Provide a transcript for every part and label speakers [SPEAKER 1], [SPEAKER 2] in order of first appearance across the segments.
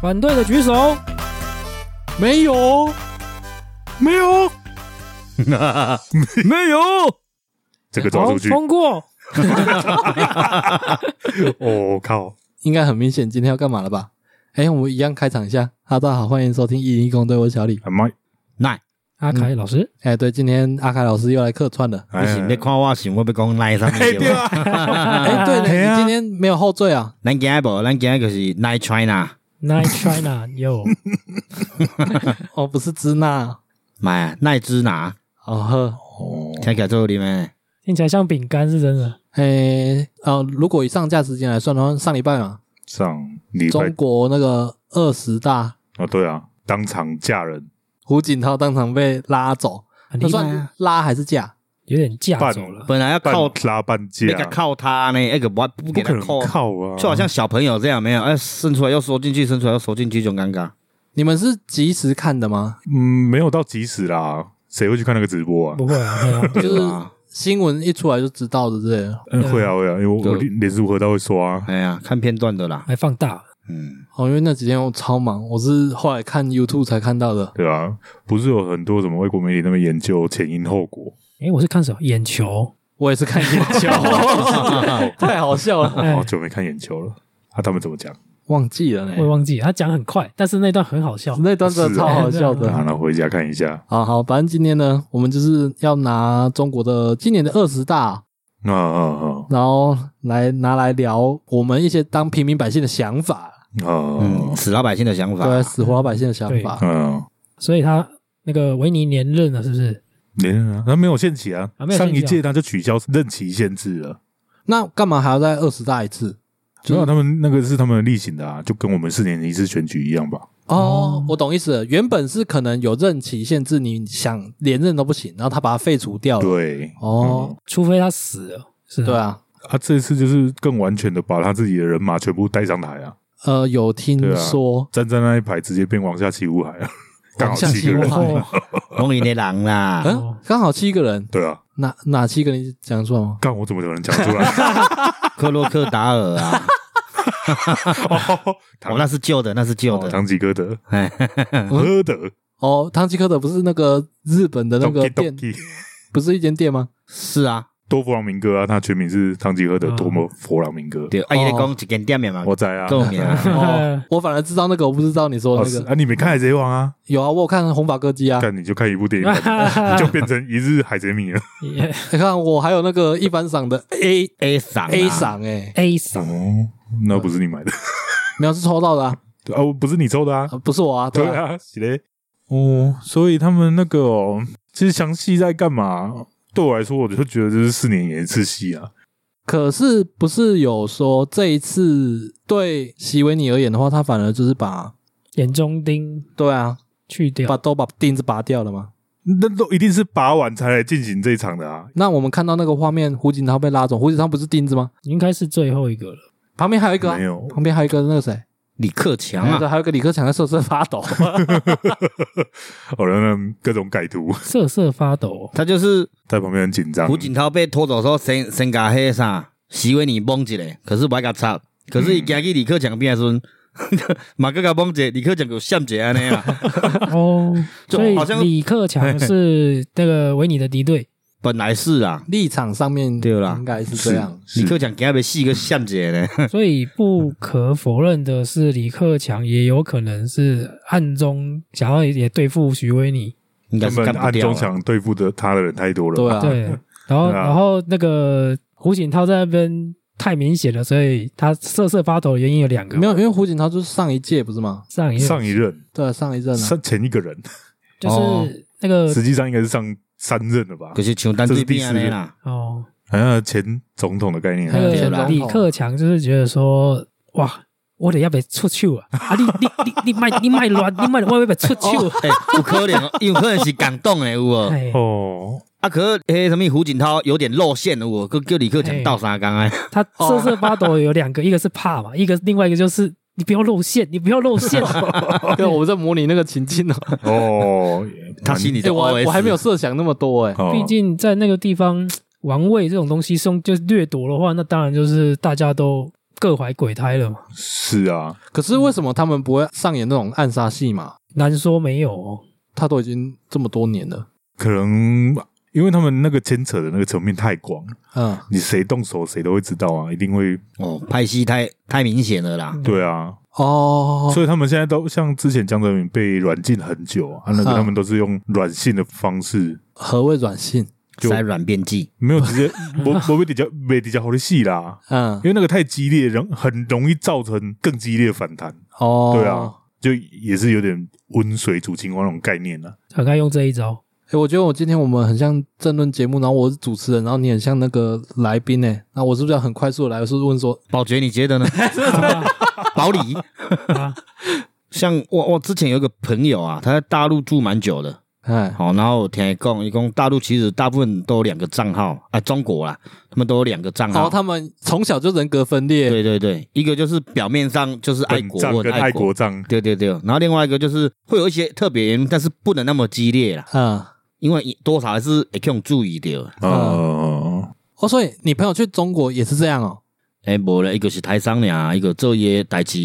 [SPEAKER 1] 反对的举手。
[SPEAKER 2] 没有，没 有，没有。
[SPEAKER 3] 这个抓
[SPEAKER 1] 好
[SPEAKER 3] 出去，
[SPEAKER 1] 通过。
[SPEAKER 3] 哦靠！
[SPEAKER 2] 应该很明显今天要干嘛了吧？哎、我们一样开场一下。哈，大家好，欢迎收听一零一公队，我是小李。
[SPEAKER 4] 阿妈，
[SPEAKER 5] 奈，
[SPEAKER 1] 阿凯
[SPEAKER 3] 嗯
[SPEAKER 1] 老师，
[SPEAKER 2] 哎、对，今天阿凯老师又来客串了。
[SPEAKER 4] 哎
[SPEAKER 5] 不行，你看我想我要讲奈啥物
[SPEAKER 4] 对
[SPEAKER 5] 事？
[SPEAKER 4] 啊，
[SPEAKER 2] 哎、对
[SPEAKER 4] 嘿
[SPEAKER 2] 呢，
[SPEAKER 4] 啊
[SPEAKER 2] 你今天没有后缀啊？
[SPEAKER 5] 咱今日无，咱今日就是奈 China，
[SPEAKER 1] Night China 有
[SPEAKER 2] 哦，不是支那，
[SPEAKER 5] 买奈芝拿，
[SPEAKER 2] 哦呵。
[SPEAKER 5] 听起来做你们
[SPEAKER 1] 听起来像饼干是真的。
[SPEAKER 2] 哎、呃，如果以上架时间来算的话，上礼拜嘛，
[SPEAKER 3] 上礼
[SPEAKER 2] 中
[SPEAKER 3] 拜
[SPEAKER 2] 国那个二十大，
[SPEAKER 3] 哦，对啊，当场嫁人，
[SPEAKER 2] 胡锦涛当场被拉走，
[SPEAKER 1] 很
[SPEAKER 2] 那
[SPEAKER 1] 厉害，
[SPEAKER 2] 算拉还是架？
[SPEAKER 1] 有点架
[SPEAKER 3] 半
[SPEAKER 1] 走了。
[SPEAKER 5] 本来要
[SPEAKER 3] 半
[SPEAKER 5] 靠
[SPEAKER 3] 拉半
[SPEAKER 5] 那
[SPEAKER 3] 嫁
[SPEAKER 5] 个，靠他呢，那个不不
[SPEAKER 3] 不
[SPEAKER 5] 给
[SPEAKER 3] 可
[SPEAKER 5] 他
[SPEAKER 3] 能
[SPEAKER 5] 靠，
[SPEAKER 3] 靠啊！
[SPEAKER 5] 就好像小朋友这样，没有，哎，伸出来又缩进去，伸出来又缩进去，就很尴尬。
[SPEAKER 2] 你们是及时看的吗？
[SPEAKER 3] 嗯，没有到及时啦，谁会去看那个直播啊？
[SPEAKER 1] 不会啊，没有啊
[SPEAKER 2] 就是
[SPEAKER 5] 对啊，
[SPEAKER 2] 新闻一出来就知道的之类的。
[SPEAKER 3] 嗯，会啊会啊，因为我我
[SPEAKER 5] 对
[SPEAKER 3] 脸书合到会刷啊，
[SPEAKER 5] 哎呀，看片段的啦，
[SPEAKER 1] 还放大了。
[SPEAKER 5] 嗯，
[SPEAKER 2] 哦，因为那几天我超忙，我是后来看 YouTube 才看到的。
[SPEAKER 3] 对啊，不是有很多什么外国媒体那边研究前因后果，
[SPEAKER 1] 哎，我是看什么？眼 球。
[SPEAKER 2] 我也是看眼球，太好笑了，
[SPEAKER 1] 哎
[SPEAKER 3] 好久哦没看眼球了。啊，他们怎么讲？
[SPEAKER 2] 忘记了呢
[SPEAKER 1] 我。也忘记了他讲很快，但是那段很好笑。
[SPEAKER 2] 那段真的超好笑
[SPEAKER 1] 是
[SPEAKER 3] 啊，
[SPEAKER 2] 的。
[SPEAKER 3] 那回家看一下。
[SPEAKER 2] 好好，反正今天呢，我们就是要拿中国的今年的二十大，
[SPEAKER 3] 啊啊
[SPEAKER 2] 然后来拿来聊我们一些当平民百姓的想法，
[SPEAKER 3] 啊啊
[SPEAKER 5] 嗯，！死老百姓的想法，
[SPEAKER 2] 对，啊死活老百姓的想法。
[SPEAKER 3] 嗯，
[SPEAKER 1] 所以他那个维尼连任了，是不是？
[SPEAKER 3] 连任啊，他没有限期啊
[SPEAKER 1] 啊，没有限期啊
[SPEAKER 3] 上一届他就取消任期限制了。
[SPEAKER 2] 那干嘛还要在二十大一次？
[SPEAKER 3] 主要他们那个是他们例行的啊，就跟我们四年一次选举一样吧。
[SPEAKER 2] 哦，我懂意思了。原本是可能有任期限制，你想连任都不行，然后他把它废除掉了。
[SPEAKER 3] 对，
[SPEAKER 2] 哦，
[SPEAKER 1] 除非他死了，是
[SPEAKER 2] 对，啊，
[SPEAKER 3] 啊，这次就是更完全的把他自己的人马全部带上台啊，
[SPEAKER 2] 呃，有听
[SPEAKER 3] 对啊
[SPEAKER 2] 说
[SPEAKER 3] 站在那一排直接变往下七五海 啊，刚好
[SPEAKER 2] 往下
[SPEAKER 3] 七个
[SPEAKER 2] 七
[SPEAKER 3] 人
[SPEAKER 2] 五，海
[SPEAKER 1] 哦，
[SPEAKER 5] 龙里的狼啦，
[SPEAKER 2] 嗯，刚好七个人，
[SPEAKER 3] 对啊，
[SPEAKER 2] 哪哪七个人你讲错吗？
[SPEAKER 3] 干我怎么可能讲出 来？
[SPEAKER 5] 克洛克达尔啊，
[SPEAKER 3] 唐
[SPEAKER 5] 哦，那是旧的，那是旧
[SPEAKER 3] 哦
[SPEAKER 5] 的，
[SPEAKER 3] 唐吉诃德，
[SPEAKER 5] 哎，
[SPEAKER 3] 诃德，
[SPEAKER 2] 哦，唐吉诃德不是那个日本的那个
[SPEAKER 3] Donkey
[SPEAKER 2] 店，
[SPEAKER 3] Donkey
[SPEAKER 2] 不是一间店吗？
[SPEAKER 5] 是啊，
[SPEAKER 3] 多弗朗明哥啊，他全名是唐吉诃德
[SPEAKER 1] 嗯
[SPEAKER 3] 多么弗朗明哥，
[SPEAKER 5] 对，啊，伊咧讲一间店面嘛，
[SPEAKER 3] 我在啊，
[SPEAKER 5] 够名啊。
[SPEAKER 2] 哦，我反而知道那个，我不知道你说
[SPEAKER 3] 哦
[SPEAKER 2] 的那
[SPEAKER 3] 是
[SPEAKER 2] 个。
[SPEAKER 3] 啊，你没看海贼王啊？
[SPEAKER 2] 有啊，我有看红发歌姬啊，
[SPEAKER 3] 干你就看一部电影 吧， 你就变成一日海贼迷了。
[SPEAKER 1] 也
[SPEAKER 2] 你哎看我还有那个一番赏的 A
[SPEAKER 5] A 赏啊
[SPEAKER 2] A 赏哎，
[SPEAKER 1] A 死
[SPEAKER 3] 哦，那不是你买的
[SPEAKER 2] 没有是抽到的啊，
[SPEAKER 3] 对啊，不是你抽的啊，
[SPEAKER 2] 呃不是我啊，
[SPEAKER 3] 对
[SPEAKER 2] 啊，
[SPEAKER 3] 啊，是嘞。哦，所以他们那个哦，其实详细在干嘛？对我来说，我就觉得这是四年演一次戏啊。
[SPEAKER 2] 可是不是有说这一次对席维尼而言的话，他反而就是把
[SPEAKER 1] 眼中钉
[SPEAKER 2] 对啊，
[SPEAKER 1] 去
[SPEAKER 2] 把
[SPEAKER 1] 掉，
[SPEAKER 2] 都把钉子拔掉了吗？
[SPEAKER 3] 那都一定是拔完才来进行这一场的啊。
[SPEAKER 2] 那我们看到那个画面，胡锦涛被拉走，胡锦涛不是钉子吗？
[SPEAKER 1] 应该是最后一个了。
[SPEAKER 2] 旁边还有一个啊、
[SPEAKER 3] 没有
[SPEAKER 2] 旁边还有一个那个谁，
[SPEAKER 5] 李克强
[SPEAKER 2] 还有一个
[SPEAKER 5] 啊，
[SPEAKER 2] 还有一个李克强在瑟瑟发 抖。
[SPEAKER 3] 哦，然后呢各种改图，
[SPEAKER 1] 瑟瑟发 抖，
[SPEAKER 5] 他就是
[SPEAKER 3] 在旁边很紧张
[SPEAKER 5] 胡。锦涛被拖走的时候，先先甲迄啥，徐维尼崩一下，可是无甲插，可是伊行去李克强边的时阵， 马哥甲崩一下，李克强就闪一下安尼啊。
[SPEAKER 1] 哦，
[SPEAKER 5] 就
[SPEAKER 1] 所以
[SPEAKER 5] 好像
[SPEAKER 1] 李克强是那个维尼的敌对，
[SPEAKER 5] 本来是啊，
[SPEAKER 2] 立场上面
[SPEAKER 5] 对啦
[SPEAKER 2] 应该是这样。
[SPEAKER 5] 李
[SPEAKER 3] 是
[SPEAKER 5] 克强今日死个闪一下呢，
[SPEAKER 1] 所以不可否认的是，李克强也有可能是暗中想要也对付徐维尼，
[SPEAKER 5] 应该
[SPEAKER 3] 他
[SPEAKER 5] 是干
[SPEAKER 3] 们
[SPEAKER 5] 不
[SPEAKER 3] 暗
[SPEAKER 5] 掉
[SPEAKER 3] 中
[SPEAKER 5] 啊了。
[SPEAKER 3] 想对付的他的人太多了。
[SPEAKER 2] 对啊
[SPEAKER 1] 对，然后
[SPEAKER 3] 对啊
[SPEAKER 1] 然后那个胡锦涛在那边太明显了，所以他瑟瑟发抖的原因有两个，
[SPEAKER 2] 没有，因为胡锦涛就是上一届不是吗？
[SPEAKER 1] 上一
[SPEAKER 3] 上一任、
[SPEAKER 2] 对啊，上一任啊，
[SPEAKER 3] 上前一个人，
[SPEAKER 1] 就是那个
[SPEAKER 3] 实际上应该是上三任了吧
[SPEAKER 5] 可？是像单对边啊安尼 啦，
[SPEAKER 1] 哦，
[SPEAKER 3] 好像前总统的概念
[SPEAKER 1] 那
[SPEAKER 2] 嗯对啦
[SPEAKER 1] 个李克强就是觉得说，哇，我得要被出糗啊！啊，你你你你卖你卖乱，你卖我要被出糗。
[SPEAKER 5] 哎，有可能哦， 有可能是感动的有无？
[SPEAKER 1] 哎，
[SPEAKER 3] 哦，
[SPEAKER 5] 啊，可是迄什么胡锦涛有点露馅了，我叫李克强倒三 缸哎，
[SPEAKER 1] 他瑟瑟发抖有两个，一个是怕嘛，一个另外一个就是你不要露馅，你不要露馅。
[SPEAKER 2] 对，啊我们在模拟那个情境哦。
[SPEAKER 3] 哦，
[SPEAKER 5] 他心里
[SPEAKER 2] 哎，
[SPEAKER 5] 就
[SPEAKER 2] 我
[SPEAKER 5] OS
[SPEAKER 2] 还我还没有设想那么多哎。
[SPEAKER 3] 哦
[SPEAKER 1] 毕竟在那个地方王位这种东西送就是掠夺的话，那当然就是大家都各怀鬼胎了嘛，
[SPEAKER 3] 是啊，
[SPEAKER 2] 可是为什么他们不会上演那种暗杀戏嘛？
[SPEAKER 1] 难说没有哦。
[SPEAKER 2] 他都已经这么多年了，
[SPEAKER 3] 可能因为他们那个牵扯的那个层面太广，
[SPEAKER 2] 嗯，
[SPEAKER 3] 你谁动手谁都会知道啊，一定会
[SPEAKER 5] 哦，拍戏太太明显了啦。
[SPEAKER 3] 对啊，
[SPEAKER 5] 嗯
[SPEAKER 2] 哦，
[SPEAKER 3] 所以他们现在都像之前江泽民被软禁很久啊，啊那个
[SPEAKER 2] 啊
[SPEAKER 3] 他们都是用软性的方式，
[SPEAKER 2] 何谓软性？
[SPEAKER 3] 就
[SPEAKER 5] 塞软便剂，
[SPEAKER 3] 没有直 接我我被比较被比较好的戏啦，
[SPEAKER 2] 嗯
[SPEAKER 3] 因，为那个太激烈，人很容易造成更激烈的反弹，
[SPEAKER 2] 哦，
[SPEAKER 3] 对啊，就也是有点温水煮青蛙那种概念啊。
[SPEAKER 1] 很爱用这一招，
[SPEAKER 2] 诶我觉得我今天我们很像政论节目，然后我是主持人，然后你很像那个来宾呢、那我是不是要很快速的来？我是不是问说，
[SPEAKER 5] 宝觉你觉得呢？保理
[SPEAKER 1] 啊，
[SPEAKER 5] 像我我之前有一个朋友啊，他在大陆住蛮久的，
[SPEAKER 2] 哎，
[SPEAKER 5] 好，然后我听他讲，一共大陆其实大部分都有两个账号啊，中国啦，他们都有两个账
[SPEAKER 2] 然
[SPEAKER 5] 号。
[SPEAKER 2] 后哦他们从小就人格分裂，
[SPEAKER 5] 嗯对对对，一个就是表面上就是爱
[SPEAKER 3] 本
[SPEAKER 5] 国
[SPEAKER 3] 账
[SPEAKER 5] 问
[SPEAKER 3] 跟爱
[SPEAKER 5] 国
[SPEAKER 3] 国，账，
[SPEAKER 5] 对对对，然后另外一个就是会有一些特别原因，但是不能那么激烈啦，
[SPEAKER 2] 嗯，
[SPEAKER 5] 因为多少还是会用注意到。
[SPEAKER 3] 哦呃，
[SPEAKER 2] 哦，所以你朋友去中国也是这样哦，
[SPEAKER 5] 哎，无了，一个是台商俩，一个做些代志，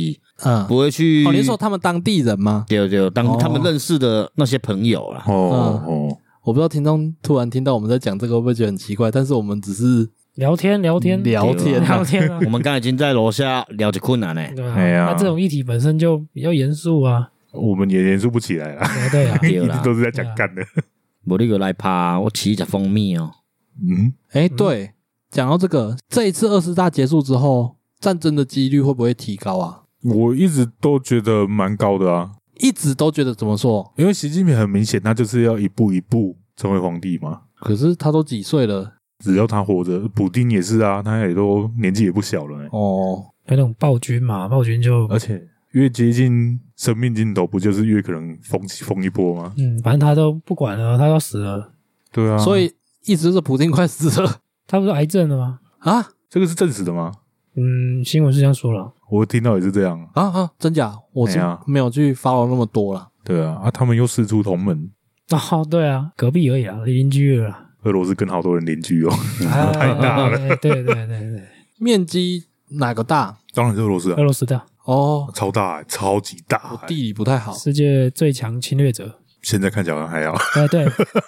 [SPEAKER 2] 嗯，
[SPEAKER 5] 不会去。
[SPEAKER 2] 哦，你是说他们当地人吗？
[SPEAKER 5] 对对，
[SPEAKER 2] 哦
[SPEAKER 5] 当他们认识的那些朋友啦
[SPEAKER 3] 哦，哦，
[SPEAKER 2] 我不知道听众突然听到我们在讲这个会不会觉得很奇怪，但是我们只是
[SPEAKER 1] 聊天聊天
[SPEAKER 2] 聊天啊
[SPEAKER 1] 聊天啊，
[SPEAKER 5] 我们刚才已经在楼下聊着困难呢。
[SPEAKER 1] 对啊
[SPEAKER 3] 哎呀
[SPEAKER 1] 那这种议题本身就比较严肃啊，
[SPEAKER 3] 我们也严肃不起来啦，，
[SPEAKER 1] 对对啊
[SPEAKER 5] 对
[SPEAKER 3] 一
[SPEAKER 5] 啦
[SPEAKER 3] 直都是在讲干的。
[SPEAKER 5] 无你个来拍，我吃一只蜂蜜哦。
[SPEAKER 3] 嗯，
[SPEAKER 2] 哎，对，讲到这个，这一次二十大结束之后，战争的几率会不会提高啊？
[SPEAKER 3] 我一直都觉得蛮高的啊，
[SPEAKER 2] 一直都觉得怎么说？
[SPEAKER 3] 因为习近平很明显，他就是要一步一步成为皇帝嘛。
[SPEAKER 2] 可是他都几岁了
[SPEAKER 3] 只要他活着，普丁也是啊，他也都年纪也不小了欸、
[SPEAKER 2] 哦，
[SPEAKER 1] 有那种暴君嘛，暴君就
[SPEAKER 3] 而且越接近生命尽头，不就是越可能疯起疯一波吗？
[SPEAKER 1] 嗯，反正他都不管了，他要死了，
[SPEAKER 3] 对
[SPEAKER 5] 嗯
[SPEAKER 3] 啊，
[SPEAKER 2] 所以意思就是普京快死了
[SPEAKER 1] 他不是癌症了吗？
[SPEAKER 2] 啊
[SPEAKER 3] 这个是证实的吗？
[SPEAKER 1] 嗯，新闻是这样说了，
[SPEAKER 3] 我听到也是这样，
[SPEAKER 2] 啊啊！真假？我是
[SPEAKER 3] 哎呀
[SPEAKER 2] 没有去 follow 那么多啦。
[SPEAKER 3] 对啊，啊，他们又师出同门，
[SPEAKER 1] 哦，对啊，隔壁而已啊，邻居了 啦，
[SPEAKER 3] 俄罗斯跟好多人邻居哦，
[SPEAKER 1] 太
[SPEAKER 3] 大了，
[SPEAKER 1] 哎对对对对，
[SPEAKER 2] 面积哪个大？
[SPEAKER 3] 当然是俄罗斯啊
[SPEAKER 1] 俄，罗斯的
[SPEAKER 2] 哦，
[SPEAKER 3] 超大欸、超级大
[SPEAKER 2] 我
[SPEAKER 3] 欸、
[SPEAKER 2] 地理不太好。
[SPEAKER 1] 世界最强侵略者，
[SPEAKER 3] 现在看起来好像还好。
[SPEAKER 1] 哎对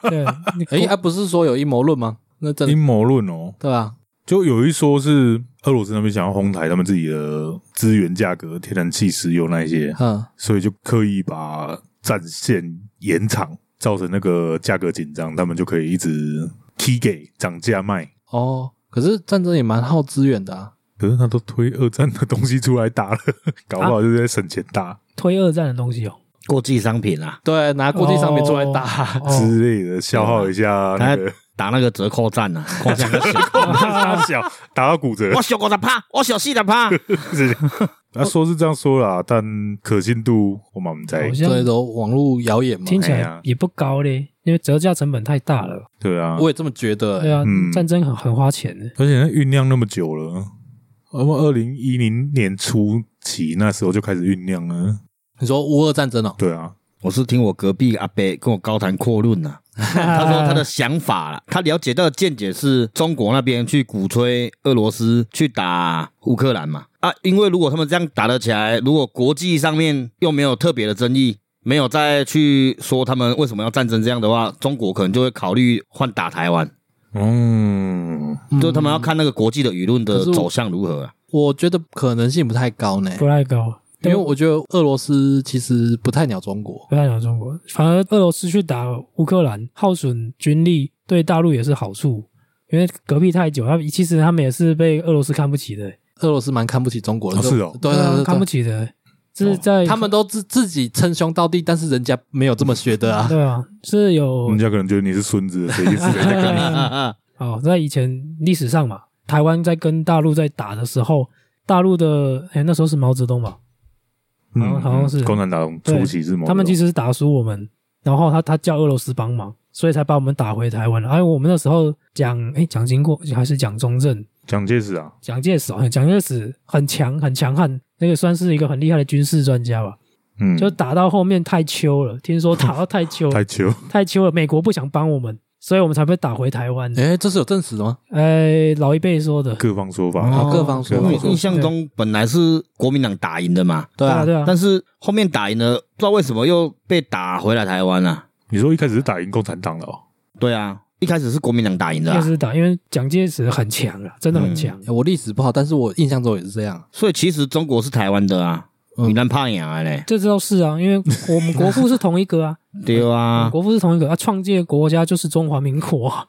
[SPEAKER 1] 对，你
[SPEAKER 2] 哎，啊，不是说有阴谋论吗？那真
[SPEAKER 3] 阴谋论哦，
[SPEAKER 2] 对吧？
[SPEAKER 3] 就有一说是俄罗斯那边想要哄抬他们自己的资源价格、天然气、石油那一些，
[SPEAKER 2] 嗯，
[SPEAKER 3] 所以就刻意把战线延长，造成那个价格紧张，他们就可以一直 key 给涨价卖。
[SPEAKER 2] 哦，可是战争也蛮耗资源的啊。
[SPEAKER 3] 可是他都推二战的东西出来打了， 搞不好就是在省钱打
[SPEAKER 1] 推二战的东西哦，
[SPEAKER 5] 国际商品啊，
[SPEAKER 2] 对，拿国际商品出来打，
[SPEAKER 1] 哦
[SPEAKER 3] 之类的，消耗一下那个
[SPEAKER 5] 打那个折扣战啊，空降小，
[SPEAKER 3] 大小，打到骨折。
[SPEAKER 5] 我小五十趴，我小四十趴。
[SPEAKER 3] 是他啊说是这样说啦，但可信度我们不在
[SPEAKER 1] 好。 像
[SPEAKER 2] 所以说网络谣言嘛。
[SPEAKER 1] 听起
[SPEAKER 3] 哎
[SPEAKER 1] 来
[SPEAKER 3] 呀
[SPEAKER 1] 也不高嘞，因为折价成本太大了，
[SPEAKER 3] 对啊，
[SPEAKER 2] 我也这么觉得。
[SPEAKER 1] 对
[SPEAKER 2] 啊，
[SPEAKER 1] 啊，
[SPEAKER 3] 嗯
[SPEAKER 1] 战争很很花钱的，
[SPEAKER 3] 而且那酝酿那么久了，我们二零一零年初期那时候就开始酝酿了。
[SPEAKER 2] 你说乌俄战争哦，
[SPEAKER 3] 对啊，
[SPEAKER 5] 我是听我隔壁阿伯跟我高谈阔论呐、他说他的想法啦，他了解到的见解是中国那边去鼓吹俄罗斯去打乌克兰嘛啊，因为如果他们这样打得起来，如果国际上面又没有特别的争议，没有再去说他们为什么要战争这样的话，中国可能就会考虑换打台湾，
[SPEAKER 1] 哦
[SPEAKER 3] 嗯，
[SPEAKER 5] 就是他们要看那个国际的舆论
[SPEAKER 2] 可
[SPEAKER 5] 的
[SPEAKER 2] 是我
[SPEAKER 5] 走向如何啊。
[SPEAKER 2] 我觉得可能性不太高呢，
[SPEAKER 1] 不太高，
[SPEAKER 2] 因为我觉得俄罗斯其实不太鸟中国。
[SPEAKER 1] 不太鸟中国，反而俄罗斯去打乌克兰，耗损军力，对大陆也是好处，因为隔壁太久，他们其实他们也是被俄罗斯看不起的，
[SPEAKER 2] 俄罗斯蛮看不起中国的，
[SPEAKER 3] 哦是哦
[SPEAKER 2] 对对对对，
[SPEAKER 1] 啊看不起的，这是在
[SPEAKER 2] 他们都自自己称兄道弟，但是人家没有这么学的啊。
[SPEAKER 1] 对啊，是有
[SPEAKER 3] 人家可能觉得你是孙子，谁是谁在 干
[SPEAKER 2] 嗯
[SPEAKER 1] 哦，在以前历史上嘛，台湾在跟大陆在打的时候，大陆的哎那时候是毛泽东吧，
[SPEAKER 3] 你？
[SPEAKER 1] 好像好像是
[SPEAKER 3] 嗯共产党初期是某种
[SPEAKER 1] 他们其实是打输我们，然后他他叫俄罗斯帮忙，所以才把我们打回台湾了。哎，我们那时候讲哎蒋经国还是蒋中正，
[SPEAKER 3] 蒋介石啊，
[SPEAKER 1] 蒋介石哦，蒋介石很强很强悍，那个算是一个很厉害的军事专家吧。
[SPEAKER 3] 嗯，
[SPEAKER 1] 就打到后面太秋了，听说打到太秋
[SPEAKER 3] 台球，
[SPEAKER 1] 太秋了，美国不想帮我们，所以我们才被打回台湾。
[SPEAKER 2] 哎，这是有证实的吗？
[SPEAKER 1] 呃，老一辈说的，
[SPEAKER 3] 各方说法。
[SPEAKER 2] 哦各方说
[SPEAKER 5] 因
[SPEAKER 2] 法
[SPEAKER 5] 为印象中本来是国民党打赢的嘛，
[SPEAKER 2] 对
[SPEAKER 1] 啊，
[SPEAKER 2] 啊，
[SPEAKER 1] 对啊，
[SPEAKER 5] 但是后面打赢了，不知道为什么又被打回来台湾了、啊。
[SPEAKER 3] 你说一开始是打赢共产党了哦，
[SPEAKER 5] 对啊，一开始是国民党打赢的、
[SPEAKER 1] 就
[SPEAKER 5] 啊，
[SPEAKER 1] 是打，因为蒋介石很强啊，真的很强。
[SPEAKER 2] 我历史不好，但是我印象中也是这样。
[SPEAKER 5] 所以其实中国是台湾的啊，
[SPEAKER 2] 嗯
[SPEAKER 5] 你难怕呀嘞，
[SPEAKER 1] 这知道是啊，因为我们国父是同一个 啊，
[SPEAKER 5] 对啊，
[SPEAKER 1] 国父是同一个啊，创建国家就是中华民国啊、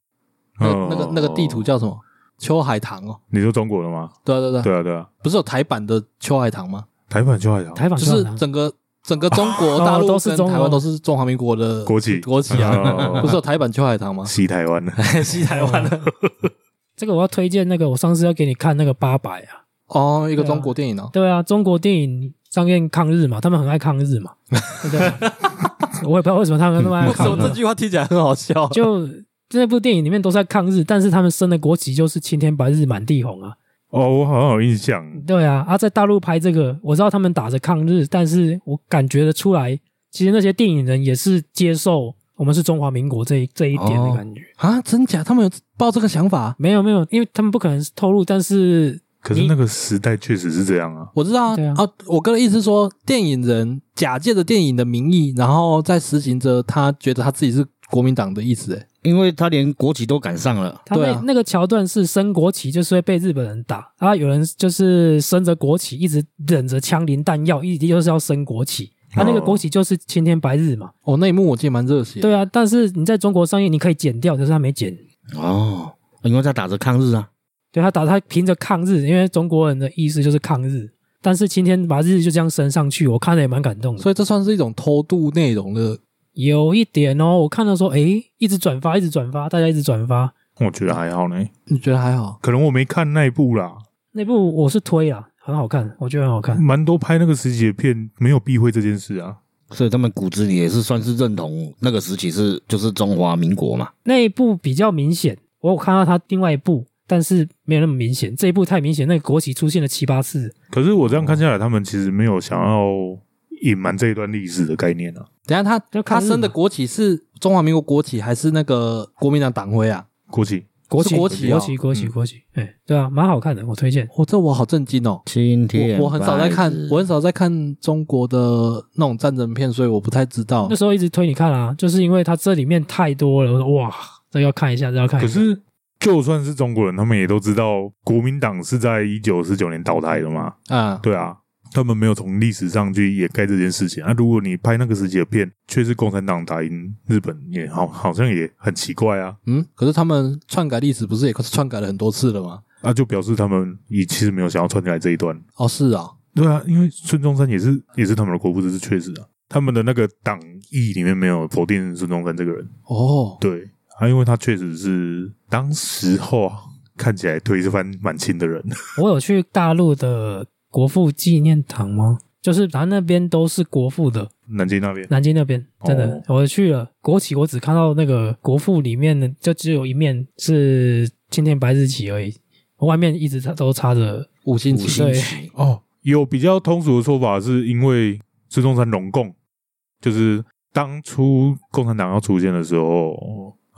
[SPEAKER 2] 那
[SPEAKER 3] 哦
[SPEAKER 2] 那个那个地图叫什么？秋海棠哦，
[SPEAKER 3] 你说中国了吗？
[SPEAKER 2] 对啊对啊对啊，
[SPEAKER 3] 对啊对啊，
[SPEAKER 2] 不是有台版的秋海棠吗？
[SPEAKER 3] 台版就海洋
[SPEAKER 1] 台版
[SPEAKER 2] 就
[SPEAKER 1] 好
[SPEAKER 2] 是
[SPEAKER 1] 像
[SPEAKER 2] 整个整个中国大陆
[SPEAKER 1] 哦都是
[SPEAKER 2] 跟
[SPEAKER 1] 中国
[SPEAKER 2] 台湾都是中华民国的
[SPEAKER 3] 国旗
[SPEAKER 2] 国旗啊，
[SPEAKER 3] 哦
[SPEAKER 2] 不是有台版秋 海棠吗？
[SPEAKER 1] 啊
[SPEAKER 3] 西台湾的
[SPEAKER 2] 西台湾的
[SPEAKER 1] 这个我要推荐那个，我上次要给你看那个《八百》啊，
[SPEAKER 2] 哦，一个
[SPEAKER 1] 对啊
[SPEAKER 2] 中国电影哦，
[SPEAKER 1] 对啊，中国电影上映抗日嘛，他们很爱抗 日嘛，对不对？哎我也不知道为什么他们那么爱
[SPEAKER 2] 为什
[SPEAKER 1] 抗
[SPEAKER 2] 么这
[SPEAKER 1] 日，
[SPEAKER 2] 句话听起来很好笑？
[SPEAKER 1] 就那部电影里面都在抗日，但是他们升的国旗就是青天白日满地红啊，
[SPEAKER 3] 哦，我好像有印象。
[SPEAKER 1] 对啊，啊，在大陆拍这个，我知道他们打着抗日，但是我感觉得出来，其实那些电影人也是接受我们是中华民国这一这一点的感觉。
[SPEAKER 2] 啊，真假？他们有抱这个想法？啊
[SPEAKER 1] 没有没有，因为他们不可能是透露，但是
[SPEAKER 3] 可是那个时代确实是这样啊。
[SPEAKER 2] 我知道啊
[SPEAKER 1] 对啊
[SPEAKER 2] 啊，我哥的意思是说，电影人假借着电影的名义，然后再实行着他觉得他自己是国民党的意思。哎，
[SPEAKER 5] 因为他连国旗都赶上了，
[SPEAKER 1] 他那、
[SPEAKER 2] 对啊
[SPEAKER 1] 那个桥段是升国旗，就是会被日本人打啊，有人就是升着国旗，一直忍着枪林弹药，一直就是要升国旗。他、那个
[SPEAKER 3] 哦
[SPEAKER 1] 国旗就是青天白日嘛，
[SPEAKER 2] 哦，那一幕我记得蛮热血。
[SPEAKER 1] 对啊。但是你在中国上映，你可以剪掉，可是他没剪。
[SPEAKER 5] 哦，因为他打着抗日啊，
[SPEAKER 1] 对他打他凭着抗日，因为中国人的意思就是抗日，但是青天白日就这样升上去，我看了也蛮感动的。
[SPEAKER 2] 所以这算是一种偷渡内容的。
[SPEAKER 1] 有一点哦，我看到说，诶，一直转发，一直转发，大家一直转发。
[SPEAKER 3] 我觉得还好呢，
[SPEAKER 2] 你觉得还好？
[SPEAKER 3] 可能我没看那一部啦，
[SPEAKER 1] 那部我是推啦，很好看，我觉得很好看。
[SPEAKER 3] 蛮多拍那个时期的片没有避讳这件事啊。
[SPEAKER 5] 所以他们骨子里也是算是认同那个时期是就是中华民国嘛。
[SPEAKER 1] 那一部比较明显，我有看到他另外一部，但是没有那么明显。这一部太明显，那个国旗出现了七八次。
[SPEAKER 3] 可是我这样看下来，他们其实没有想要隐瞒这一段历史的概念啊。
[SPEAKER 2] 等一下他
[SPEAKER 1] 就抗
[SPEAKER 2] 他
[SPEAKER 1] 日啊
[SPEAKER 2] 升的
[SPEAKER 1] 嘛
[SPEAKER 2] 国旗是中华民国国旗还是那个国民党党徽啊？
[SPEAKER 3] 国旗，
[SPEAKER 1] 国旗，
[SPEAKER 2] 是国旗哦
[SPEAKER 1] 国旗，国旗，国旗，哎、对啊，蛮好看的，我推荐。
[SPEAKER 2] 哦，这我好震惊哦！
[SPEAKER 5] 今天
[SPEAKER 2] 我我很少在看，我很少在看中国的那种战争片，所以我不太知道
[SPEAKER 1] 那。时候一直推你看啊，就是因为它这里面太多了，我说哇，这要看一下，这要看一
[SPEAKER 3] 可
[SPEAKER 1] 下。
[SPEAKER 3] 是就算是中国人，他们也都知道国民党是在一九四九年倒台的嘛。
[SPEAKER 2] 啊，
[SPEAKER 3] 对啊，他们没有从历史上去掩盖这件事情。那、如果你拍那个时期的片，却是共产党打赢日本，也好好像也很奇怪啊。
[SPEAKER 2] 嗯，可是他们篡改历史不是也是篡改了很多次了吗？
[SPEAKER 3] 啊，就表示他们也其实没有想要串起来这一段。
[SPEAKER 2] 哦，是啊，
[SPEAKER 3] 对啊，因为孙中山也是也是他们的国父，这是确实啊。他们的那个党意里面没有否定孙中山这个人，
[SPEAKER 2] 哦，
[SPEAKER 3] 对啊，因为他确实是当时候啊看起来推翻满清的人，
[SPEAKER 1] 我有去大陆的国父纪念堂吗？就是他那边都是国父的，
[SPEAKER 3] 南京那边
[SPEAKER 1] 南京那边真的
[SPEAKER 3] 哦，
[SPEAKER 1] 我去了国旗，我只看到那个国父里面的，就只有一面是青天白日旗而已，外面一直插都插着。
[SPEAKER 2] 五星
[SPEAKER 5] 五
[SPEAKER 2] 旗
[SPEAKER 5] 星旗
[SPEAKER 3] 哦，有比较通俗的说法，是因为孙中山荣共，就是当初共产党要出现的时候，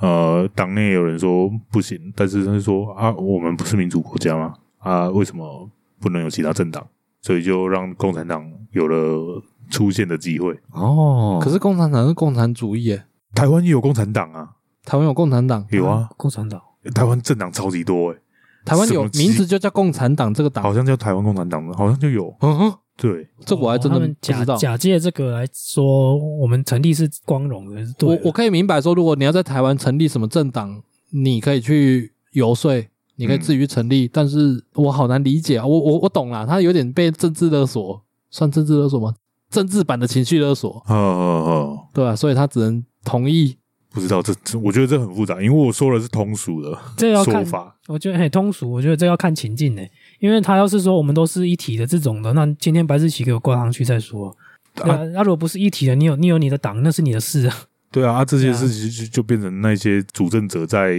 [SPEAKER 3] 呃，党内有人说不行，但是他就说啊，我们不是民主国家吗？啊，为什么不能有其他政党？所以就让共产党有了出现的机会。
[SPEAKER 5] 哦，
[SPEAKER 2] 可是共产党是共产主义耶，
[SPEAKER 3] 台湾也有共产党啊，
[SPEAKER 2] 台湾有共产党，
[SPEAKER 3] 有啊，
[SPEAKER 1] 共产党，
[SPEAKER 3] 台湾政党超级多诶、
[SPEAKER 2] 台湾有
[SPEAKER 3] 什么旗
[SPEAKER 2] 名字就叫共产党这个
[SPEAKER 3] 好
[SPEAKER 5] 哦
[SPEAKER 2] 党。
[SPEAKER 3] 像叫台湾共产党，好像就有。
[SPEAKER 2] 嗯哼，
[SPEAKER 3] 对，
[SPEAKER 2] 这我还真
[SPEAKER 1] 哦
[SPEAKER 2] 的
[SPEAKER 1] 他
[SPEAKER 2] 不
[SPEAKER 1] 们假
[SPEAKER 2] 知道。
[SPEAKER 1] 假借这个来说，我们成立是光荣的，是对
[SPEAKER 2] 我
[SPEAKER 1] 的
[SPEAKER 2] 我可以明白说，如果你要在台湾成立什么政党，你可以去游说，你可以自己去成立，但是我好难理解啊。我我我懂啦，他有点被政治勒索，算政治勒索吗？政治版的情绪勒索，
[SPEAKER 1] 嗯
[SPEAKER 3] 呃呃呃，
[SPEAKER 2] 对啊吧、所以他只能同意。
[SPEAKER 3] 不知道这这，我觉得这很复杂，因为我说的是通俗的
[SPEAKER 1] 这要
[SPEAKER 3] 说
[SPEAKER 1] 看，
[SPEAKER 3] 法。
[SPEAKER 1] 我觉得很通俗，我觉得这要看情境呢、欸因为他要是说我们都是一体的这种的，那今天白日旗给我挂上去再说。对啊，那、如果不是一体的，你有你有你的党，那是你的事啊，
[SPEAKER 3] 对啊，啊这
[SPEAKER 1] 对
[SPEAKER 3] 些
[SPEAKER 1] 啊
[SPEAKER 3] 事情就就变成那些主政者在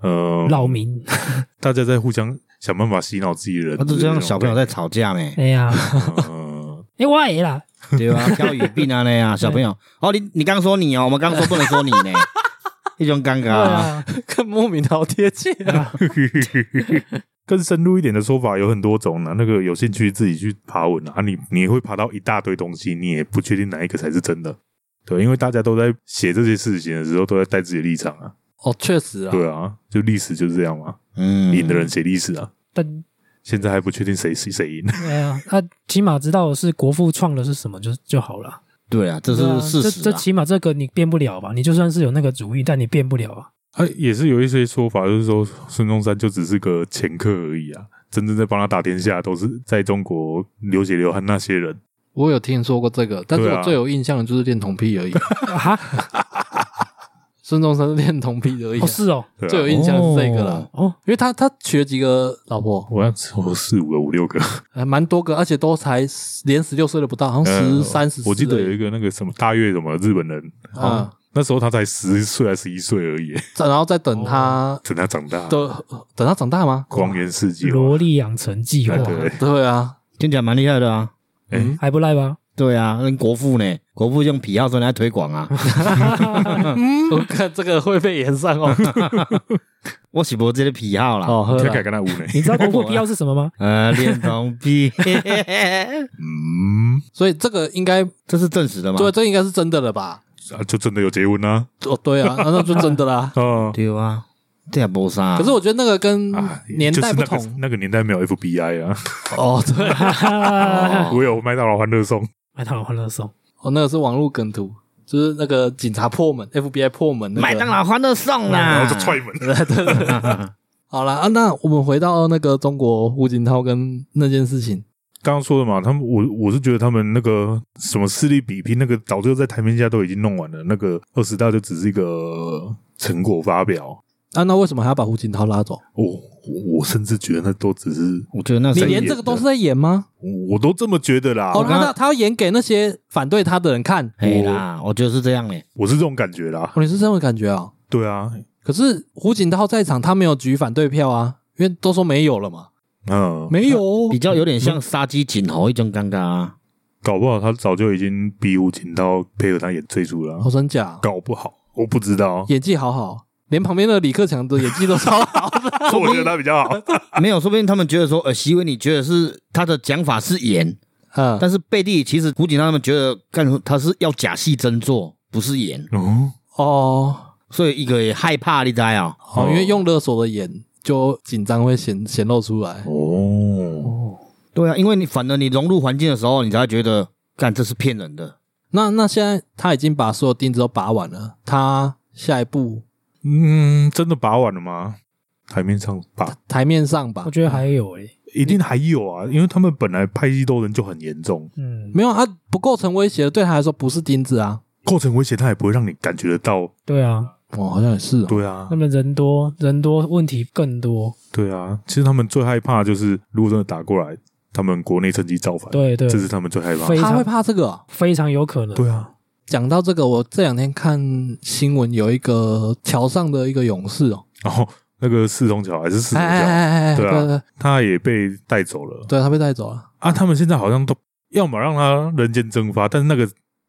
[SPEAKER 3] 呃，
[SPEAKER 1] 扰民。
[SPEAKER 3] 大家在互相想办法洗脑自己人，
[SPEAKER 5] 那就像小朋友在吵架呢，
[SPEAKER 1] 哎呀，
[SPEAKER 3] 嗯，
[SPEAKER 1] 哎我也啦，
[SPEAKER 5] 啊对吧？挑语病啊那样，小朋友。哦，你你刚说你哦，我们刚说不能说你呢。一种尴尬
[SPEAKER 1] 对
[SPEAKER 5] 啊。
[SPEAKER 1] 啊，
[SPEAKER 2] 跟莫名的好贴切啊！
[SPEAKER 3] 嗯 更深入一点的说法有很多种呢、那个有兴趣自己去爬文啊，你你会爬到一大堆东西，你也不确定哪一个才是真的。对，因为大家都在写这些事情的时候，都在带自己的立场啊。
[SPEAKER 2] 哦，确实啊，
[SPEAKER 3] 对啊，就历史就是这样嘛，
[SPEAKER 5] 嗯，
[SPEAKER 3] 赢的人写历史啊。
[SPEAKER 1] 但
[SPEAKER 3] 现在还不确定谁谁谁赢。
[SPEAKER 1] 哎呀，他起码知道是国父创的是什么就就好了。
[SPEAKER 5] 对啊，这
[SPEAKER 1] 对啊
[SPEAKER 5] 是事
[SPEAKER 1] 这
[SPEAKER 5] 实
[SPEAKER 1] 这
[SPEAKER 5] 啊。
[SPEAKER 1] 起码这个你变不了吧？你就算是有那个主意，但你变不了啊。
[SPEAKER 3] 啊，也是有一些说法，就是说孙中山就只是个前客而已啊，真正在帮他打天下都是在中国流血流汗那些人。
[SPEAKER 2] 我有听说过这个，但是
[SPEAKER 3] 对啊
[SPEAKER 2] 我最有印象的就是恋 童癖而已。
[SPEAKER 1] 啊哈，
[SPEAKER 2] 孙中山是恋童癖而已啊、
[SPEAKER 1] 哦是哦，
[SPEAKER 3] 对
[SPEAKER 2] 最有
[SPEAKER 3] 啊，
[SPEAKER 2] 印象是这个啦，
[SPEAKER 1] 哦
[SPEAKER 2] 因为他他娶了几个老婆，
[SPEAKER 3] 我要我四五个五六个，
[SPEAKER 2] 还蛮多个，而且都才10连十六岁都不到，好像
[SPEAKER 3] 呃
[SPEAKER 2] 十三十。
[SPEAKER 3] 我记得有一
[SPEAKER 2] 有
[SPEAKER 3] 个那个什么大月什么日本人，哦
[SPEAKER 2] 啊，
[SPEAKER 3] 那时候他才十岁还十一岁而已，
[SPEAKER 2] 再然后再等他
[SPEAKER 3] 等他长大，
[SPEAKER 2] 的等他长大吗？
[SPEAKER 3] 光源世纪嘛
[SPEAKER 1] 萝莉养成计划
[SPEAKER 3] 哎对，
[SPEAKER 2] 啊对啊，
[SPEAKER 5] 听起来蛮厉害的啊。
[SPEAKER 2] 嗯，
[SPEAKER 1] 还不赖 吧？
[SPEAKER 5] 对啊，跟国父呢，国父用癖好说人家推广啊。
[SPEAKER 2] 我看这个会被延上哦。
[SPEAKER 5] 我喜欢这些癖好啦，
[SPEAKER 2] 哦，喝
[SPEAKER 3] 你
[SPEAKER 2] 了
[SPEAKER 3] 要改跟他五 呢？
[SPEAKER 1] 你知道国父必要是什么吗？
[SPEAKER 5] 呃，恋童癖，
[SPEAKER 3] 嗯，
[SPEAKER 2] 所以这个应该
[SPEAKER 5] 这是证实的吗？
[SPEAKER 2] 对，这应该是真的了吧？
[SPEAKER 3] 啊，就真的有结婚啦，。
[SPEAKER 2] 哦，对啊，那那就真的啦
[SPEAKER 3] 啊，
[SPEAKER 5] 对啊，这也没啥。
[SPEAKER 2] 可是我觉得那个跟
[SPEAKER 3] 啊
[SPEAKER 2] 年代不
[SPEAKER 3] 就是那个
[SPEAKER 2] 同
[SPEAKER 3] 那个年代没有 FBI 啊，
[SPEAKER 2] 哦，对，
[SPEAKER 5] 哦
[SPEAKER 2] 啊
[SPEAKER 3] 我有麦当劳欢乐颂，
[SPEAKER 1] 麦当劳欢乐颂，
[SPEAKER 2] 哦，那个是网络梗图，就是那个警察破门，FBI 破门那个。
[SPEAKER 5] 麦当劳欢乐颂啦，
[SPEAKER 3] 然后就踹 门，
[SPEAKER 2] 好啦，啊，那我们回到那个中国胡锦涛跟那件事情，
[SPEAKER 3] 刚刚说的嘛，他们我我是觉得他们那个什么势力比拼，那个早就在台面下都已经弄完了，那个二十大就只是一个呃成果发表。
[SPEAKER 2] 啊，那为什么还要把胡锦涛拉走？
[SPEAKER 3] 我我我甚至觉得那都只是
[SPEAKER 5] 我觉得那
[SPEAKER 2] 你
[SPEAKER 5] 是
[SPEAKER 3] 演
[SPEAKER 2] 连这个都是在演吗？
[SPEAKER 3] 我我都这么觉得啦，
[SPEAKER 2] 哦，
[SPEAKER 5] 刚
[SPEAKER 2] 那他他要演给那些反对他的人看，
[SPEAKER 5] 嘿啦，我觉得是这样嘞。
[SPEAKER 3] 我是这种感觉啦。
[SPEAKER 2] 哦，你是这种感觉啊？
[SPEAKER 3] 对啊，
[SPEAKER 2] 可是胡锦涛在场，他没有举反对票啊，因为都说没有了嘛，
[SPEAKER 3] 嗯，
[SPEAKER 2] 没有哦
[SPEAKER 5] 比较有点像杀鸡儆猴一种尴尬啊。
[SPEAKER 3] 搞不好他早就已经逼胡锦涛配合他演这出了
[SPEAKER 2] 好，哦真假，
[SPEAKER 3] 搞不好我不知道，
[SPEAKER 2] 演技好好，连旁边的李克强的演技都超 好的，
[SPEAKER 3] 我觉得他比较好。
[SPEAKER 5] 没有，说不定他们觉得说，呃，席维你觉得是他的讲法是演，
[SPEAKER 2] 嗯，
[SPEAKER 5] 但是贝蒂其实胡锦涛他们觉得干他是要假戏真做，不是演，
[SPEAKER 3] 哦，
[SPEAKER 2] 哦，
[SPEAKER 5] 所以一个也害怕你知啊、
[SPEAKER 2] 哦，因为用勒索的演就紧张会显显露出来，
[SPEAKER 3] 哦，
[SPEAKER 5] 对啊，因为你反而你融入环境的时候，你才会觉得干这是骗人的。
[SPEAKER 2] 那那现在他已经把所有钉子都拔完了，他下一步
[SPEAKER 3] 嗯，真的把完了吗？台面上把
[SPEAKER 2] 台面上吧
[SPEAKER 1] 我，觉得还有欸诶，
[SPEAKER 3] 一定还有啊，因为他们本来派系斗争就很严重，
[SPEAKER 1] 嗯，
[SPEAKER 2] 没有啊，不构成威胁，对他来说不是钉子啊。
[SPEAKER 3] 构成威胁，他也不会让你感觉得到。
[SPEAKER 1] 对啊，
[SPEAKER 2] 哦，好像也是、哦。
[SPEAKER 3] 对啊
[SPEAKER 1] 他，们人多人多，问题更多，
[SPEAKER 3] 对啊，其实他们最害怕就是，如果真的打过来，他们国内趁机造反，
[SPEAKER 1] 对对
[SPEAKER 3] 这，是他们最害怕
[SPEAKER 1] 非。
[SPEAKER 2] 他
[SPEAKER 1] 常
[SPEAKER 2] 会怕这个哦、
[SPEAKER 1] 非常有可能。
[SPEAKER 3] 对啊，
[SPEAKER 2] 讲到这个，我这两天看新闻，有一个桥上的一个勇士哦，
[SPEAKER 3] 然后那个四重桥还是四重
[SPEAKER 2] 哎哎
[SPEAKER 3] 桥，
[SPEAKER 2] 哎哎，
[SPEAKER 3] 对
[SPEAKER 2] 对
[SPEAKER 3] 啊
[SPEAKER 2] 对
[SPEAKER 3] 他也被带走了
[SPEAKER 2] 对，他被带走了。
[SPEAKER 3] 啊。他们现在好像都要么让他人间蒸发，但是那个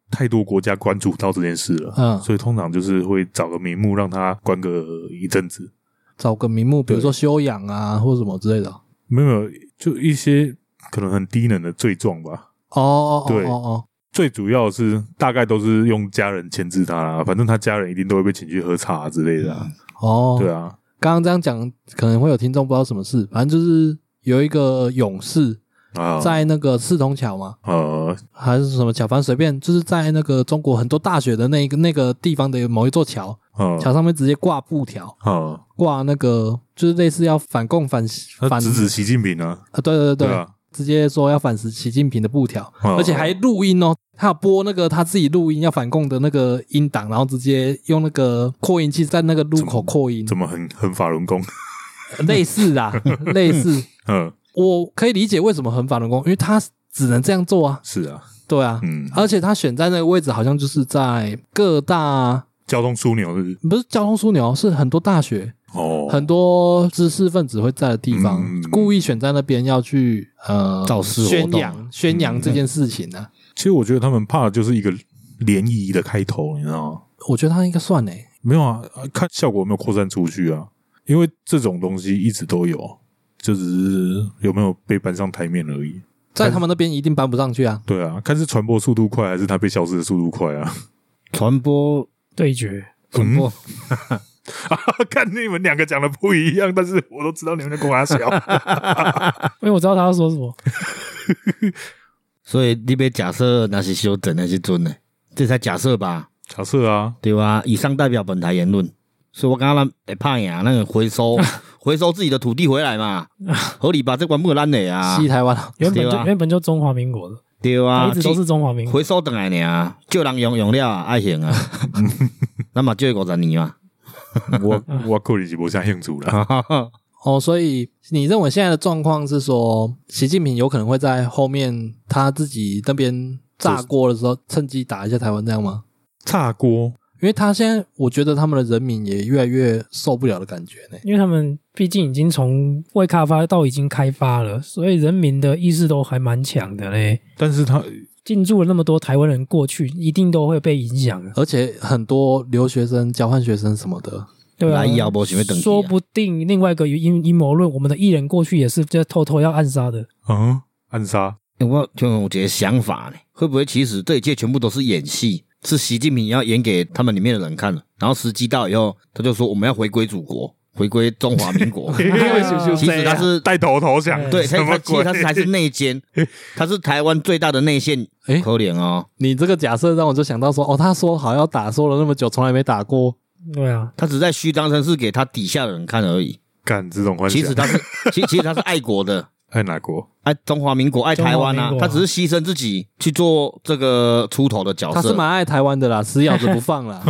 [SPEAKER 3] 太多国家关注到这件事了，
[SPEAKER 2] 嗯，
[SPEAKER 3] 所以通常就是会找个名目让他关个一阵子。
[SPEAKER 2] 找个名目，比如
[SPEAKER 3] 对
[SPEAKER 2] 说修养啊，或者什么之类的。哦
[SPEAKER 3] 没有没有，就一些可能很低能的罪状吧。
[SPEAKER 2] 哦哦
[SPEAKER 3] 对
[SPEAKER 2] 哦哦，
[SPEAKER 3] 最主要是大概都是用家人牵制他啦，反正他家人一定都会被请去喝茶之类的、啊。
[SPEAKER 2] 哦，
[SPEAKER 3] 对啊，
[SPEAKER 2] 刚刚这样讲，可能会有听众不知道什么事，反正就是有一个勇士
[SPEAKER 3] 啊，
[SPEAKER 2] 在那个四通桥嘛，
[SPEAKER 3] 呃，
[SPEAKER 2] 还是什么桥，反正随便，就是在那个中国很多大学的那一个那个地方的某一座桥，
[SPEAKER 3] 呃，
[SPEAKER 2] 桥上面直接挂布条，
[SPEAKER 3] 呃，
[SPEAKER 2] 挂那个就是类似要反共反
[SPEAKER 3] 他
[SPEAKER 2] 反
[SPEAKER 3] 呃直指习近平啊，
[SPEAKER 2] 啊，对对对
[SPEAKER 3] 对
[SPEAKER 2] 对，
[SPEAKER 3] 啊，
[SPEAKER 2] 直接说要反习习近平的布条，
[SPEAKER 3] 嗯
[SPEAKER 2] 而且还录音哦，他有播那个他自己录音要反共的那个音档，然后直接用那个扩音器在那个路口扩音，
[SPEAKER 3] 怎么很很法轮功？
[SPEAKER 2] 类似啊，类似，
[SPEAKER 3] 嗯，
[SPEAKER 2] 我可以理解为什么很反共，因为他只能这样做啊，
[SPEAKER 3] 是啊，
[SPEAKER 2] 对啊，
[SPEAKER 3] 嗯，
[SPEAKER 2] 而且他选在那个位置好像就是在各大。
[SPEAKER 3] 交通枢纽是不是
[SPEAKER 2] 不是交通枢纽，是很多大学、
[SPEAKER 3] 哦，
[SPEAKER 2] 很多知识分子会在的地方，
[SPEAKER 3] 嗯
[SPEAKER 2] 故意选在那边要去呃
[SPEAKER 5] 造势活动
[SPEAKER 2] 宣扬宣扬这件事情啊呢、
[SPEAKER 3] 其实我觉得他们怕的就是一个涟漪的开头，你知道吗？
[SPEAKER 2] 我觉得他应该算呢，欸
[SPEAKER 3] 没有啊，啊看效果有没有扩散出去啊。因为这种东西一直都有，就只是有没有被搬上台面而已。
[SPEAKER 2] 在他们那边一定搬不上去啊。
[SPEAKER 3] 对啊，看是传播速度快还是它被消失的速度快啊！
[SPEAKER 5] 传播
[SPEAKER 1] 对决，
[SPEAKER 5] 传播，
[SPEAKER 3] 看你们两个讲的不一样，但是我都知道你们在跟我笑。
[SPEAKER 1] 因为我知道他要说什么。
[SPEAKER 5] 所以你别假设那是修整那是准的，这才假设吧，
[SPEAKER 3] 假设啊，
[SPEAKER 5] 对吧？以上代表本台言论，所以我刚刚会怕呀，那个 回收回收自己的土地回来嘛，合理吧？这关不烂的啊，
[SPEAKER 2] 西台湾
[SPEAKER 1] 原本
[SPEAKER 5] 对
[SPEAKER 1] 就
[SPEAKER 5] 啊
[SPEAKER 1] 原本就中华民国的，
[SPEAKER 5] 对
[SPEAKER 1] 他
[SPEAKER 5] 啊，
[SPEAKER 1] 一直都是中华民国。
[SPEAKER 5] 回收等来呢啊，借人用用了啊，爱行 啊，那么借五十年嘛，
[SPEAKER 3] 我我个人是不相信主了。
[SPEAKER 5] 哎
[SPEAKER 2] 哦，所以你认为现在的状况是说，习近平有可能会在后面他自己那边炸锅的时候，趁机打一下台湾，这样吗？
[SPEAKER 3] 炸锅，
[SPEAKER 2] 因为他现在，我觉得他们的人民也越来越受不了的感觉呢。
[SPEAKER 1] 因为他们毕竟已经从未开发到已经开发了，所以人民的意识都还蛮强的嘞。
[SPEAKER 3] 但是他
[SPEAKER 1] 进驻了那么多台湾人过去，一定都会被影响的。
[SPEAKER 2] 而且很多留学生、交换学生什么的，
[SPEAKER 1] 对啊，
[SPEAKER 5] 来摇波想要回去啊
[SPEAKER 1] 说不定另外一个阴阴谋论，我们的艺人过去也是在偷偷要暗杀 的。
[SPEAKER 3] 嗯，暗杀
[SPEAKER 5] 欸我就有一个想法呢，会不会其实这一切全部都是演戏，是习近平要演给他们里面的人看的，然后时机到以后，他就说我们要回归祖国，回归中华民 国。其实他是
[SPEAKER 3] 啊带头投降，
[SPEAKER 5] 对，他
[SPEAKER 3] 什么
[SPEAKER 5] 他其
[SPEAKER 3] 鬼
[SPEAKER 5] 实？他是还是内奸，他是台湾最大的内线，
[SPEAKER 2] 诶
[SPEAKER 5] 可怜哦，
[SPEAKER 2] 你这个假设让我就想到说，哦，他说好要打，说了那么久，从来没打过，
[SPEAKER 1] 对啊，
[SPEAKER 5] 他只在虚张声势给他底下的人看而已。
[SPEAKER 3] 干这种幻想，
[SPEAKER 5] 其实他是， 其其实他是爱国的，
[SPEAKER 3] 爱哪国？
[SPEAKER 5] 爱中华民国，爱台湾
[SPEAKER 1] 中
[SPEAKER 5] 啊
[SPEAKER 1] 华民，国
[SPEAKER 5] 他只是牺牲自己去做这个出头的角
[SPEAKER 2] 他是
[SPEAKER 5] 色。
[SPEAKER 2] 蛮爱台湾的啦，死咬着不放啦。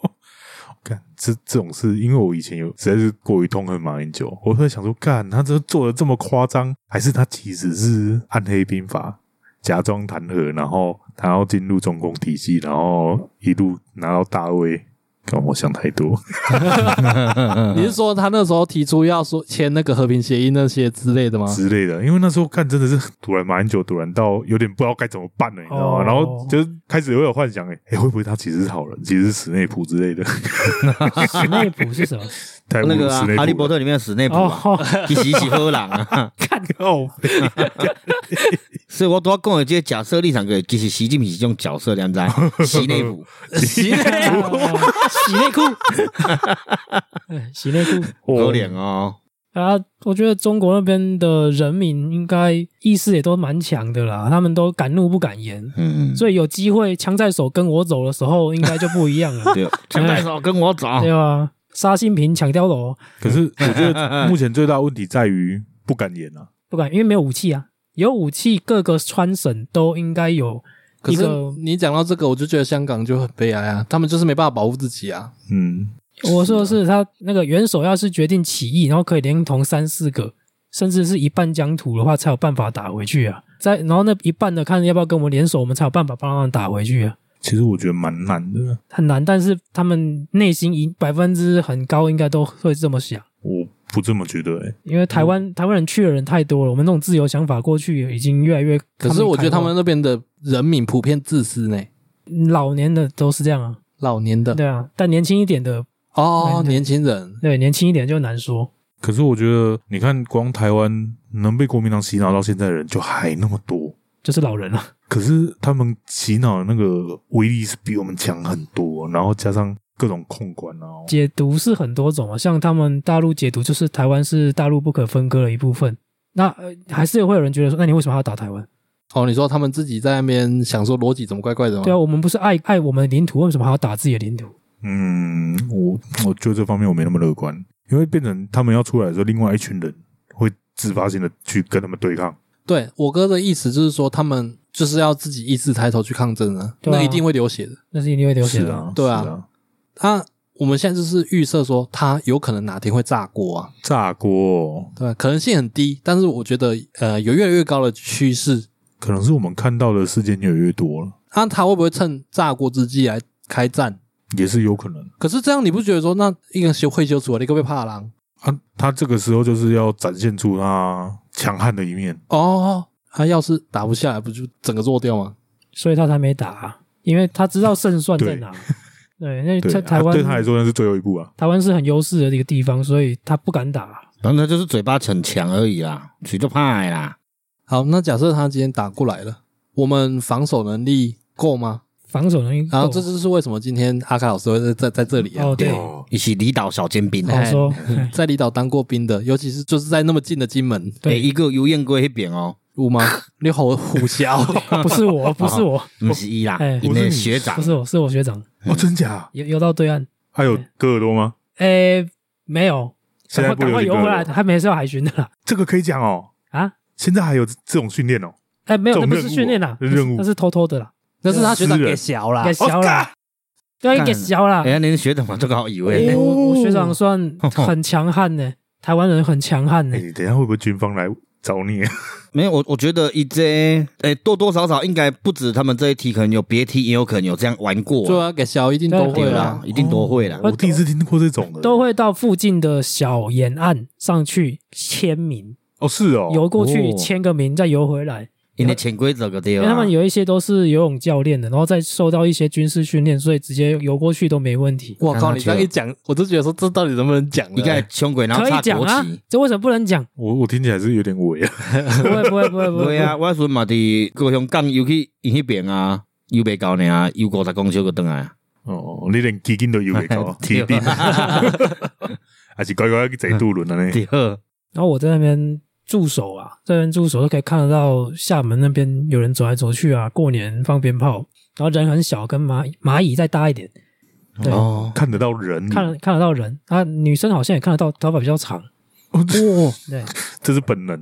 [SPEAKER 3] 干这这种事，因为我以前有实在是过于痛恨马英九，我在想说，干他这做的这么夸张，还是他其实是暗黑兵法，假装弹劾，然后他要进入中共体系，然后一路拿到大位。干我想太多，
[SPEAKER 5] 啊
[SPEAKER 2] 你是说他那时候提出要说签那个和平协议那些之类的吗？
[SPEAKER 3] 之类的，因为那时候看真的是突然马英九突然到有点不知道该怎么办了，你知道吗？
[SPEAKER 1] 哦
[SPEAKER 3] 然后就开始会有幻想、欸，哎、会不会他其实是好人，其实是史内普之类的？
[SPEAKER 1] 史内普是什么？
[SPEAKER 3] 太侮
[SPEAKER 5] 那
[SPEAKER 3] 辱
[SPEAKER 5] 个
[SPEAKER 3] 史
[SPEAKER 5] 啊
[SPEAKER 3] 内，普
[SPEAKER 5] 哈利
[SPEAKER 3] 了
[SPEAKER 5] 波特里面的史内普啊，
[SPEAKER 1] 哦，
[SPEAKER 5] 一起一起喝狼啊。
[SPEAKER 3] 靠北
[SPEAKER 5] 所以我都要讲的这些假设立场，个就是习近平是这种角色，你知道吗？习内部，
[SPEAKER 2] 洗内裤
[SPEAKER 1] 洗内裤，哎洗内裤。
[SPEAKER 5] 可怜哦，
[SPEAKER 1] 啊，我觉得中国那边的人民应该意识也都蛮强的啦，他们都敢怒不敢言，
[SPEAKER 5] 嗯，
[SPEAKER 1] 所以有机会枪在手跟我走的时候，应该就不一样 了，
[SPEAKER 5] 对，强带手跟我走，
[SPEAKER 1] 对吧？杀心平抢碉楼，
[SPEAKER 3] 可是我觉得目前最大的问题在于不敢演啊，
[SPEAKER 1] 不敢，因为没有武器啊，有武器各个川省都应该有
[SPEAKER 2] 可
[SPEAKER 1] 一
[SPEAKER 2] 是
[SPEAKER 1] 个。
[SPEAKER 2] 你讲到这个，我就觉得香港就很悲哀啊，他们就是没办法保护自己啊。
[SPEAKER 3] 嗯，
[SPEAKER 1] 我说的是他那个元首要是决定起义，然后可以连同三四个，甚至是一半疆土的话，才有办法打回去啊。再然后那一半的看要不要跟我们联手，我们才有办法帮他们打回去啊。
[SPEAKER 3] 其实我觉得蛮难的。
[SPEAKER 1] 很难，但是他们内心一百分之很高，应该都会这么想。
[SPEAKER 3] 我不这么觉得、欸，
[SPEAKER 1] 因为台
[SPEAKER 2] 嗯
[SPEAKER 1] 湾、台湾人去的人太多了，我们那种自由想法过去已经越来越。
[SPEAKER 2] 可是我觉得他
[SPEAKER 1] 开
[SPEAKER 2] 们那边的人民普遍自私呢，
[SPEAKER 1] 放嗯老年的都是这样啊，
[SPEAKER 2] 老年的
[SPEAKER 1] 对啊，但年轻一点的，
[SPEAKER 2] 哦，
[SPEAKER 1] 对
[SPEAKER 2] 年轻人
[SPEAKER 1] 对年轻一点就难说。
[SPEAKER 3] 可是我觉得你看，光台湾能被国民党洗脑到现在的人就还那么多，
[SPEAKER 1] 就是老人啊了，
[SPEAKER 3] 可是他们洗脑的那个威力是比我们强很多，然后加上各种控管啊，
[SPEAKER 1] 解读是很多种啊，像他们大陆解读就是台湾是大陆不可分割的一部分，那、呃、还是会有人觉得说，那你为什么要打台湾？
[SPEAKER 2] 哦，你说他们自己在那边想说逻辑怎么怪怪的吗？
[SPEAKER 1] 对啊，我们不是爱爱我们的领土，为什么还要打自己的领土？
[SPEAKER 3] 嗯，我我觉得这方面我没那么乐观，因为变成他们要出来的时候，另外一群人会自发性的去跟他们对抗。
[SPEAKER 2] 对我哥的意思就是说，他们就是要自己意识抬头去抗争啊，
[SPEAKER 1] 对啊
[SPEAKER 2] 那一定会流血的。
[SPEAKER 1] 那是一定会流血
[SPEAKER 3] 是
[SPEAKER 1] 的。
[SPEAKER 3] 啊，
[SPEAKER 2] 对啊
[SPEAKER 3] 是啊，
[SPEAKER 2] 他我们现在就是预设说，他有可能哪天会炸锅啊，
[SPEAKER 3] 炸锅哦
[SPEAKER 2] 对吧，可能性很低，但是我觉得呃有越来越高的趋势。
[SPEAKER 3] 可能是我们看到的事件越来越多了，
[SPEAKER 2] 那、他会不会趁炸锅之际来开战？
[SPEAKER 3] 也是有可能
[SPEAKER 2] 可是这样你不觉得说，那一个修会修出来，一个被怕狼
[SPEAKER 3] 啊。他这个时候就是要展现出他强悍的一面，
[SPEAKER 2] 哦？他要是打不下来，不就整个弱掉吗？
[SPEAKER 1] 所以他才没打啊、因为他知道胜算在
[SPEAKER 3] 对
[SPEAKER 1] 哪。对，那
[SPEAKER 3] 对，
[SPEAKER 1] 在台
[SPEAKER 3] 啊
[SPEAKER 1] 湾
[SPEAKER 3] 对他来说那是最后一步啊。
[SPEAKER 1] 台湾是很优势的一个地方，所以他不敢打。
[SPEAKER 5] 反正他就是嘴巴逞强而已啦，嘴就怕的啦。
[SPEAKER 2] 好，那假设他今天打过来了，我们防守能力够吗？
[SPEAKER 1] 防守能力够，
[SPEAKER 2] 然后啊这就是为什么今天阿卡老师会在在在这里啊，
[SPEAKER 1] 哦对，
[SPEAKER 3] 哦
[SPEAKER 5] 一起离岛小尖兵啊，
[SPEAKER 1] 好 说，
[SPEAKER 2] 在离岛当过兵的，尤其是就是在那么近的金门，
[SPEAKER 5] 哎、
[SPEAKER 1] 对，
[SPEAKER 5] 一个游燕龟那边哦，
[SPEAKER 2] 五 吗？你好虎 啸，
[SPEAKER 1] 啊不是我，不是 我，
[SPEAKER 5] 不是伊啦
[SPEAKER 1] 哎，
[SPEAKER 5] 你
[SPEAKER 3] 不是
[SPEAKER 5] 的
[SPEAKER 3] 你
[SPEAKER 5] 学长
[SPEAKER 1] 不是我，是我学长，
[SPEAKER 3] 哦，真假？
[SPEAKER 1] 游游到对岸，
[SPEAKER 3] 还有戈尔多吗？
[SPEAKER 1] 诶，没有，
[SPEAKER 3] 现
[SPEAKER 1] 赶
[SPEAKER 3] 在
[SPEAKER 1] 快赶
[SPEAKER 3] 不流
[SPEAKER 1] 快
[SPEAKER 3] 行
[SPEAKER 1] 游
[SPEAKER 3] 戈
[SPEAKER 1] 回来，
[SPEAKER 3] 尔多，
[SPEAKER 1] 他没是要海巡的啦
[SPEAKER 3] 这个可以讲哦。
[SPEAKER 1] 啊，
[SPEAKER 3] 现在还有这种训练哦，
[SPEAKER 1] 哎，没有，
[SPEAKER 3] 这
[SPEAKER 1] 那
[SPEAKER 3] 种
[SPEAKER 1] 不是
[SPEAKER 3] 任务
[SPEAKER 1] 训练啦，
[SPEAKER 3] 这是任务啊
[SPEAKER 1] 那是偷偷的啦，
[SPEAKER 2] 那是他学长
[SPEAKER 3] 私人
[SPEAKER 2] 给小啦
[SPEAKER 1] 给，小啦，对，啊给小啦
[SPEAKER 5] 哎、，呀，你的学长嘛，这个好以
[SPEAKER 1] 哎
[SPEAKER 5] 为、
[SPEAKER 1] 我我学 长算很强悍呢，台湾人很强悍呢
[SPEAKER 3] 哎，，等一下会不会军方来找你？
[SPEAKER 5] 没有我，我觉得一这哎多多少少应该不止他们这一题，可能有别题，也有可能有这样玩过、
[SPEAKER 2] 对啊，啊给小一定都会
[SPEAKER 5] 对
[SPEAKER 2] 啦
[SPEAKER 5] 啦，，哦一定都会啦。
[SPEAKER 3] 我第一次听过这种的，
[SPEAKER 1] 哦都会到附近的小沿岸上去签名，
[SPEAKER 3] 哦，是哦，？
[SPEAKER 1] 游过去
[SPEAKER 5] 哦
[SPEAKER 1] 签个名，再游回来。
[SPEAKER 5] 因为潜规则个对
[SPEAKER 1] 因
[SPEAKER 5] 啊，
[SPEAKER 1] 为他们有一些都是游泳教练的，然后再受到一些军事训练，所以直接游过去都没问题。
[SPEAKER 2] 我靠，
[SPEAKER 5] 看他
[SPEAKER 2] 你这样
[SPEAKER 5] 觉得
[SPEAKER 2] 一讲，我就觉得说这到底能不能讲了？啊
[SPEAKER 5] 一个穷鬼，然后
[SPEAKER 1] 可以
[SPEAKER 5] 插
[SPEAKER 1] 讲
[SPEAKER 5] 国
[SPEAKER 1] 啊
[SPEAKER 5] 旗。，
[SPEAKER 1] 这为什么不能讲
[SPEAKER 3] 我我听起来是有点伪啊。
[SPEAKER 1] 不会不会不会不 会
[SPEAKER 5] 对 啊，，我孙嘛伫高雄港游去伊迄边啊，游袂到呢啊，游五十公尺就转来啊。
[SPEAKER 3] 哦，你连基金都有给 搞，
[SPEAKER 5] 对
[SPEAKER 3] 基金，还是乖乖去坐渡轮了啊呢？
[SPEAKER 5] 第二，
[SPEAKER 1] 然后我在那边驻守啊，在那边驻守都可以看得到厦门那边有人走来走去啊，过年放鞭炮，然后人很小，跟蚂蚁蚂蚁再大一点，对，
[SPEAKER 5] 哦，
[SPEAKER 3] 看得到人，
[SPEAKER 1] 看得看得到人啊，女生好像也看得到，头发比较长，
[SPEAKER 3] 哦这
[SPEAKER 1] 对，
[SPEAKER 3] 这是本能，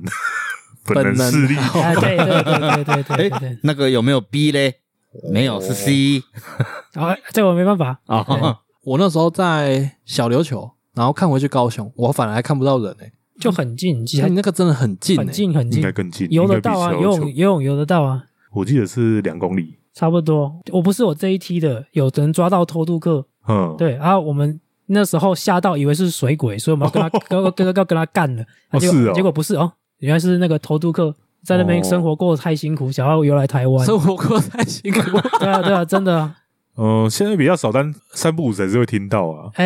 [SPEAKER 2] 本
[SPEAKER 3] 能
[SPEAKER 2] 能
[SPEAKER 3] 视力。
[SPEAKER 1] 啊对对对对对对对对
[SPEAKER 5] 哎，，那个有没有 B 嘞？没有，是 C
[SPEAKER 1] 然后这个我没办法，
[SPEAKER 5] 哦，
[SPEAKER 2] 我那时候在小琉球，然后看回去高雄，我反而还看不到人诶、
[SPEAKER 1] 就很近，很
[SPEAKER 2] 其实
[SPEAKER 1] 近
[SPEAKER 2] 你那个真的很近、欸，
[SPEAKER 1] 很。近很
[SPEAKER 3] 应
[SPEAKER 1] 近
[SPEAKER 3] 该，更近，
[SPEAKER 1] 游得
[SPEAKER 3] 应该比
[SPEAKER 1] 到啊，
[SPEAKER 3] 小
[SPEAKER 1] 游
[SPEAKER 3] 琉球
[SPEAKER 1] 泳游泳游得到啊，
[SPEAKER 3] 我记得是两公里，
[SPEAKER 1] 差不多。我不是我这一梯的，有人抓到偷渡客，
[SPEAKER 3] 嗯，，
[SPEAKER 1] 对啊，我们那时候吓到以为是水鬼，所以我们要跟他 跟跟跟跟跟他干了，啊
[SPEAKER 3] 哦
[SPEAKER 1] 结
[SPEAKER 3] 是
[SPEAKER 1] 果
[SPEAKER 3] 哦
[SPEAKER 1] 结果不是哦，原来是那个偷渡客在那边
[SPEAKER 3] 哦
[SPEAKER 1] 生活过得太辛苦，想要游来台湾。
[SPEAKER 2] 生活过太辛苦，
[SPEAKER 1] 对啊，对啊，真的啊，
[SPEAKER 3] 呃，现在比较少，但三不五时还是会听到啊。
[SPEAKER 1] 哎，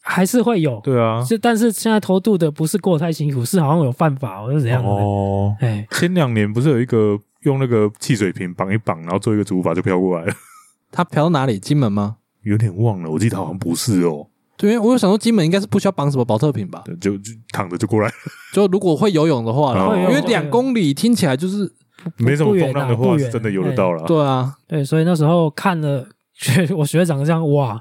[SPEAKER 1] 还是会有，
[SPEAKER 3] 对啊，
[SPEAKER 1] 是但是现在偷渡的不是过得太辛苦，是好像有犯法或者怎样的，
[SPEAKER 3] 哦，
[SPEAKER 1] 哎，
[SPEAKER 3] 前两年不是有一个用那个汽水瓶绑一绑，然后做一个竹筏就飘过来了，
[SPEAKER 2] 他飘到哪里？金门吗？
[SPEAKER 3] 有点忘了，我记得好像不是哦，
[SPEAKER 2] 对，因为我有想说金门应该是不需要绑什么保特瓶吧？
[SPEAKER 3] 对就就躺着就过来，
[SPEAKER 2] 就如果会游泳的话啦，
[SPEAKER 3] 哦
[SPEAKER 2] 因为两公里听起来就是
[SPEAKER 3] 没什么
[SPEAKER 1] 不远
[SPEAKER 3] 风
[SPEAKER 1] 啊
[SPEAKER 3] 浪的
[SPEAKER 1] 不
[SPEAKER 3] 话，
[SPEAKER 1] 远
[SPEAKER 3] 是真的游得到了。
[SPEAKER 2] 对啊，
[SPEAKER 1] 对，所以那时候看了 学我学长这样，哇，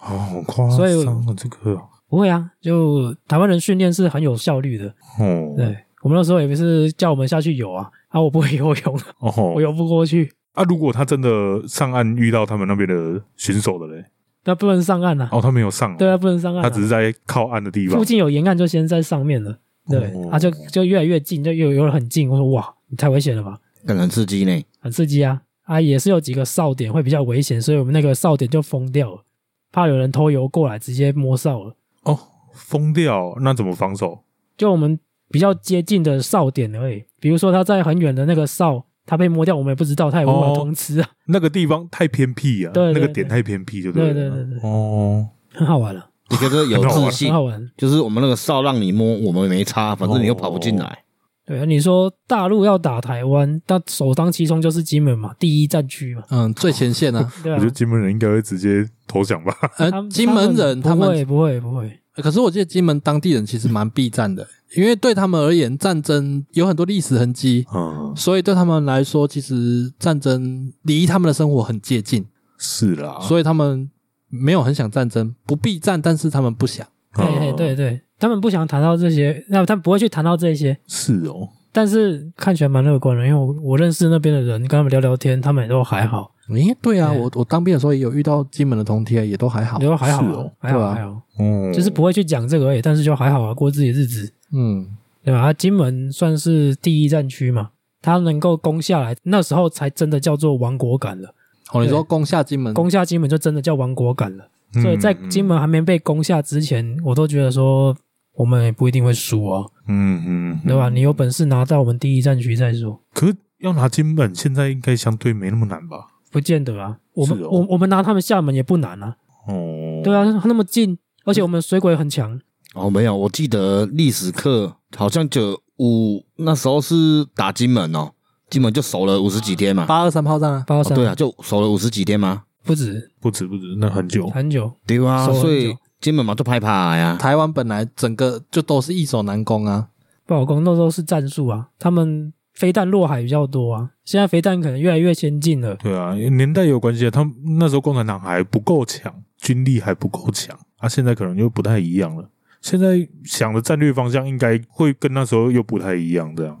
[SPEAKER 3] 哦，好夸张
[SPEAKER 1] 所以
[SPEAKER 3] 啊，这个
[SPEAKER 1] 不会啊，就台湾人训练是很有效率的，
[SPEAKER 3] 哦，
[SPEAKER 1] 对。我们那时候也不是叫我们下去游啊，啊，我不会游泳，
[SPEAKER 3] 哦
[SPEAKER 1] 我，游不过去，
[SPEAKER 3] 啊，如果他真的上岸遇到他们那边的巡守的嘞，
[SPEAKER 1] 那不能上岸啊。
[SPEAKER 3] 哦，他没有上哦，
[SPEAKER 1] 对啊，不能上岸啊、
[SPEAKER 3] 他只是在靠岸的地方
[SPEAKER 1] 附，近有沿岸，就先在上面了。对，
[SPEAKER 3] 哦
[SPEAKER 1] 啊就就越来越近，就又游得很近。我说哇，你太危险了吧，
[SPEAKER 5] 更很刺激呢。
[SPEAKER 1] 很刺激啊！啊，也是有几个哨点会比较危险，所以我们那个哨点就封掉了，怕有人偷游过来直接摸哨了。
[SPEAKER 3] 哦，疯掉，那怎么防守？
[SPEAKER 1] 就我们比较接近的哨点而已，比如说他在很远的那个哨，他被摸掉，我们也不知道，他也无法
[SPEAKER 3] 哦
[SPEAKER 1] 通吃啊，
[SPEAKER 3] 那个地方太偏僻啊，
[SPEAKER 1] 对对
[SPEAKER 3] 那
[SPEAKER 1] 对
[SPEAKER 3] 个点太偏僻，就了
[SPEAKER 1] 对对对对
[SPEAKER 3] 哦，
[SPEAKER 1] 很好玩了、
[SPEAKER 5] 你觉得有自
[SPEAKER 1] 很
[SPEAKER 5] 信
[SPEAKER 1] 好，玩。
[SPEAKER 5] 就是我们那个哨让你摸，我们没差，反
[SPEAKER 1] 哦
[SPEAKER 5] 正你又跑不进来。
[SPEAKER 1] 对啊，你说大陆要打台湾，那首当其冲就是金门嘛，第一战区嘛，
[SPEAKER 2] 嗯，最前线 啊。
[SPEAKER 1] 对
[SPEAKER 3] 我
[SPEAKER 1] 啊
[SPEAKER 3] 觉。得金门人应该会直接投降吧？
[SPEAKER 2] 呃
[SPEAKER 1] 他，们
[SPEAKER 2] 金门人他
[SPEAKER 1] 他们
[SPEAKER 2] 们
[SPEAKER 1] 不会不会不会，
[SPEAKER 2] 欸可是我记得金门当地人其实蛮避战的，因为对他们而言，战争有很多历史痕迹，
[SPEAKER 3] 嗯，
[SPEAKER 2] 所以对他们来说，其实战争离他们的生活很接近，
[SPEAKER 3] 是啦，
[SPEAKER 2] 所以他们没有很想战争，不避战，但是他们不想。
[SPEAKER 1] 嘿嘿，
[SPEAKER 3] 嗯
[SPEAKER 1] 对，对，他们不想谈到这些，那他们不会去谈到这些，
[SPEAKER 3] 是哦，
[SPEAKER 1] 但是看起来蛮乐观的，因为我我认识那边的人，跟他们聊聊天，他们也都还好，
[SPEAKER 2] 诶、对啊，
[SPEAKER 1] 对
[SPEAKER 2] 我我当兵的时候也有遇到金门的同贴，也都还好。
[SPEAKER 1] 也都还好
[SPEAKER 3] 是
[SPEAKER 1] 啊
[SPEAKER 3] 哦，
[SPEAKER 1] 还好
[SPEAKER 2] 对啊
[SPEAKER 1] 还好，
[SPEAKER 3] 哦，
[SPEAKER 1] 就是不会去讲这个而已，但是就还好啊，过自己的日子，
[SPEAKER 2] 嗯，
[SPEAKER 1] 对吧？啊，金门算是第一战区嘛，他能够攻下来，那时候才真的叫做亡国感了，
[SPEAKER 2] 哦，你说攻下金门，
[SPEAKER 1] 攻下金门就真的叫亡国感了。
[SPEAKER 3] 嗯
[SPEAKER 1] 所以在金，门还没被攻下之前，我都觉得说我们也不一定会输啊，
[SPEAKER 3] 嗯嗯，嗯
[SPEAKER 1] 对吧？你有本事拿到我们第一战区再说。
[SPEAKER 3] 可是要拿金门，现在应该相对没那么难吧？
[SPEAKER 1] 不见得啊，我们、
[SPEAKER 3] 是哦
[SPEAKER 1] 我我们拿他们厦门也不难啊，
[SPEAKER 3] 哦，
[SPEAKER 1] 对啊，它那么近，而且我们水鬼很强，
[SPEAKER 5] 哦，没有，我记得历史课好像就五那时候是打金门哦，金门就守了五十几天嘛。
[SPEAKER 2] 八二三炮战啊，
[SPEAKER 1] 八
[SPEAKER 5] 哦
[SPEAKER 1] 三、
[SPEAKER 5] 对啊，就守了五十几天嘛。
[SPEAKER 1] 不止
[SPEAKER 3] 不止不止，那很久，
[SPEAKER 1] 很久，
[SPEAKER 5] 对啊，
[SPEAKER 1] 守很久
[SPEAKER 5] 所以金门嘛就拍怕呀。
[SPEAKER 2] 台湾本来整个就都是易守难攻啊，
[SPEAKER 1] 不好攻，那时候是战术啊，他们飞弹落海比较多啊，现在飞弹可能越来越先进了，
[SPEAKER 3] 对啊，年代有关系啊。他们那时候共产党还不够强，军力还不够强啊，现在可能又不太一样了。现在想的战略方向应该会跟那时候又不太一样，这样。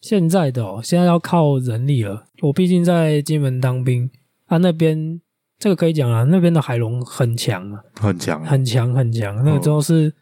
[SPEAKER 1] 现在的哦，现在要靠人力了。我毕竟在金门当兵，啊那边这个可以讲啊，那边的海龙很强啊，
[SPEAKER 3] 很强，
[SPEAKER 1] 很强很强，那个都是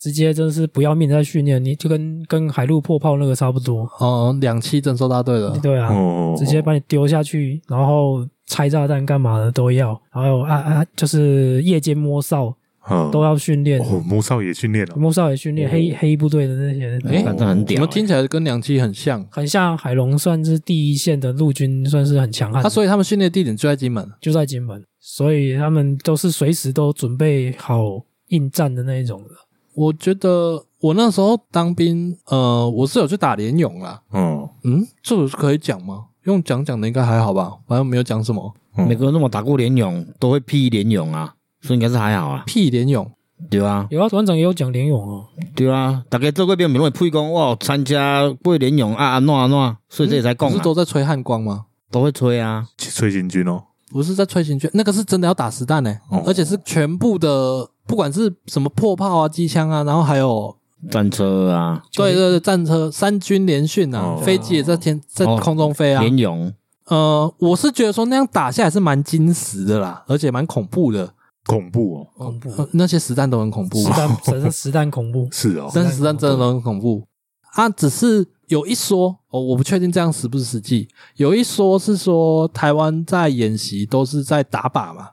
[SPEAKER 1] 直接真是不要命在训练，你就跟跟海陆破炮那个差不多，
[SPEAKER 2] 哦，两栖征收大队的，
[SPEAKER 1] 对啊，
[SPEAKER 3] 哦，
[SPEAKER 1] 直接把你丢下去，然后拆炸弹干嘛的都要，还有啊啊就是夜间摸哨
[SPEAKER 3] 嗯
[SPEAKER 1] 都要训练，
[SPEAKER 3] 哦，魔少也训练了，
[SPEAKER 1] 摸哨也训练，
[SPEAKER 3] 哦
[SPEAKER 1] 黑黑部队的那些
[SPEAKER 2] 哎
[SPEAKER 5] 反正很屌
[SPEAKER 2] 我
[SPEAKER 5] 欸。
[SPEAKER 2] 们听起来跟两栖很像
[SPEAKER 1] 很像海龙，算是第一线的陆军，算是很强悍
[SPEAKER 2] 啊，
[SPEAKER 1] 的。
[SPEAKER 2] 所以他们训练地点就在金门，
[SPEAKER 1] 就在金门，所以他们都是随时都准备好应战的那一种的。
[SPEAKER 2] 我觉得我那时候当兵，呃，我是有去打联勇啦。
[SPEAKER 3] 嗯，
[SPEAKER 2] 嗯，这个可以讲吗？用讲讲的应该还好吧，反正没有讲什么
[SPEAKER 3] 嗯
[SPEAKER 5] 每个人那么打过联勇，都会屁联勇啊，所以应该是还好啊。
[SPEAKER 2] 屁联勇。
[SPEAKER 5] 对啊，
[SPEAKER 1] 有啊，团长也有讲联勇哦，
[SPEAKER 5] 对啊，大家做过兵，没人会讲哇，参加过联勇啊啊哪啊哪，所以这也才讲
[SPEAKER 2] 不是
[SPEAKER 5] 啊，
[SPEAKER 2] 都在吹汉光吗？
[SPEAKER 5] 都会吹啊。
[SPEAKER 3] 崔行军哦，
[SPEAKER 2] 不是在吹行圈，那个是真的要打实弹呢、
[SPEAKER 3] 哦
[SPEAKER 2] 而且是全部的，不管是什么破炮啊、机枪啊，然后还有
[SPEAKER 5] 战车啊，
[SPEAKER 2] 对对对战车、三军联训啊，
[SPEAKER 3] 哦
[SPEAKER 2] 飞机也在天在
[SPEAKER 5] 哦
[SPEAKER 2] 空中飞啊。
[SPEAKER 5] 联勇，
[SPEAKER 2] 呃，我是觉得说那样打下来是蛮惊实的啦，而且蛮恐怖的，
[SPEAKER 3] 恐怖哦，
[SPEAKER 1] 恐怖，
[SPEAKER 2] 呃那些实弹都很恐怖
[SPEAKER 1] 实。弹实弹实弹恐怖，
[SPEAKER 3] 是哦，
[SPEAKER 2] 真实战真的都很恐怖啊！只是有一说哦，我不确定这样实不实际。有一说是说台湾在演习都是在打靶嘛，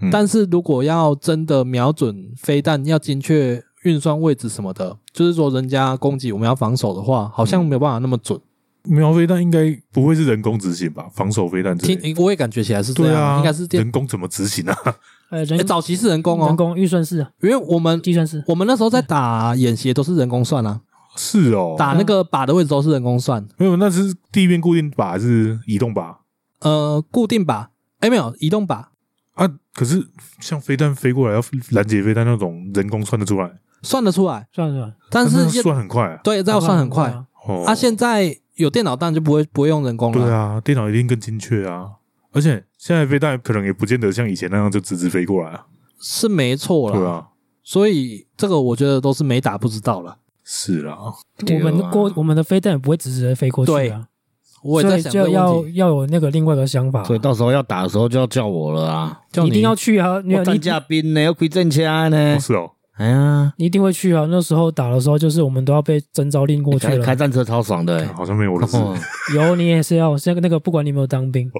[SPEAKER 3] 嗯
[SPEAKER 2] 但是如果要真的瞄准飞弹，要精确运算位置什么的，就是说人家攻击我们要防守的话，好
[SPEAKER 3] 嗯
[SPEAKER 2] 像没有办法那么准。
[SPEAKER 3] 瞄飞弹应该不会是人工执行吧？防守飞弹之类的
[SPEAKER 2] 听，我也感觉起来是这
[SPEAKER 3] 对
[SPEAKER 2] 样，
[SPEAKER 3] 啊，
[SPEAKER 2] 应该是电
[SPEAKER 3] 人。工怎么执行啊？
[SPEAKER 1] 呃，人
[SPEAKER 2] 诶早期是人工
[SPEAKER 1] 人
[SPEAKER 2] 哦，
[SPEAKER 1] 工预算是啊
[SPEAKER 2] 因为我们
[SPEAKER 1] 计算是，
[SPEAKER 2] 我们那时候在打演习都是人工算啊，
[SPEAKER 3] 是哦，
[SPEAKER 2] 打那个靶的位置都是人工算。
[SPEAKER 3] 没有，那是地面固定靶还是移动靶
[SPEAKER 2] 呃，固定靶，哎，没有移动靶，
[SPEAKER 3] 啊？可是像飞弹飞过来要拦截飞弹那种，人工算得出来，
[SPEAKER 2] 算得出来，
[SPEAKER 1] 算啊算，
[SPEAKER 2] 但是
[SPEAKER 3] 那
[SPEAKER 2] 也
[SPEAKER 3] 算很快啊。
[SPEAKER 2] 对，这要算很快。
[SPEAKER 1] 啊，
[SPEAKER 3] 哦，
[SPEAKER 2] 啊，现在有电脑，当然就不会不会用人工
[SPEAKER 3] 对
[SPEAKER 2] 了。
[SPEAKER 3] 啊，电脑一定更精确啊。而且现在飞弹可能也不见得像以前那样就直直飞过来啊。
[SPEAKER 2] 是没错
[SPEAKER 3] 对
[SPEAKER 2] 啦。
[SPEAKER 3] 啊，
[SPEAKER 2] 所以这个我觉得都是没打不知道了。
[SPEAKER 3] 是啦，
[SPEAKER 1] 啊我们的过我们的飞弹也不会直直的飞过去啊，
[SPEAKER 2] 我也
[SPEAKER 1] 所
[SPEAKER 2] 在
[SPEAKER 1] 以
[SPEAKER 2] 想这
[SPEAKER 1] 就
[SPEAKER 2] 个
[SPEAKER 1] 要
[SPEAKER 2] 问题，
[SPEAKER 1] 要有那个另外一个想法，啊
[SPEAKER 5] 所以到时候要打的时候就要叫我了啊。
[SPEAKER 2] 叫
[SPEAKER 1] 你一定
[SPEAKER 2] 你
[SPEAKER 1] 要去啊，你
[SPEAKER 5] 我
[SPEAKER 1] 你
[SPEAKER 5] 担架兵呢，要开战车啊呢
[SPEAKER 3] 哦。是哦，
[SPEAKER 5] 哎呀，
[SPEAKER 1] 你一定会去啊，那时候打的时候就是我们都要被征召令过去
[SPEAKER 5] 开开
[SPEAKER 1] 了，
[SPEAKER 5] 战车超爽的、欸。
[SPEAKER 3] 好像没有我的事。
[SPEAKER 5] 哦
[SPEAKER 1] 有你也是要，像那个不管你有没有当兵，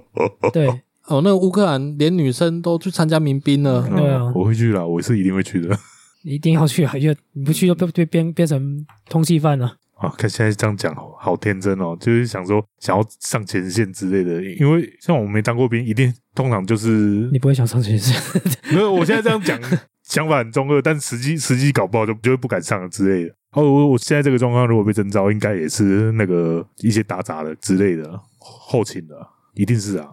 [SPEAKER 1] 对，
[SPEAKER 2] 哦，那个乌克兰连女生都去参加民兵了，
[SPEAKER 1] 对啊
[SPEAKER 3] 嗯我会去啦，我是一定会去的
[SPEAKER 1] 你一定要去啊，因为你不去就被被变变成通缉犯了。
[SPEAKER 3] 啊。看现在这样讲，好好天真哦，就是想说想要上前线之类的，因为像我没当过兵，一定通常就是
[SPEAKER 1] 你不会想上前线，
[SPEAKER 3] 没有，我现在这样讲想法很中二，但实际实际搞不好就就会不敢上了之类的。哦，我我现在这个状况，如果被征召，应该也是那个一些打杂的之类的后勤的啊，一定是啊。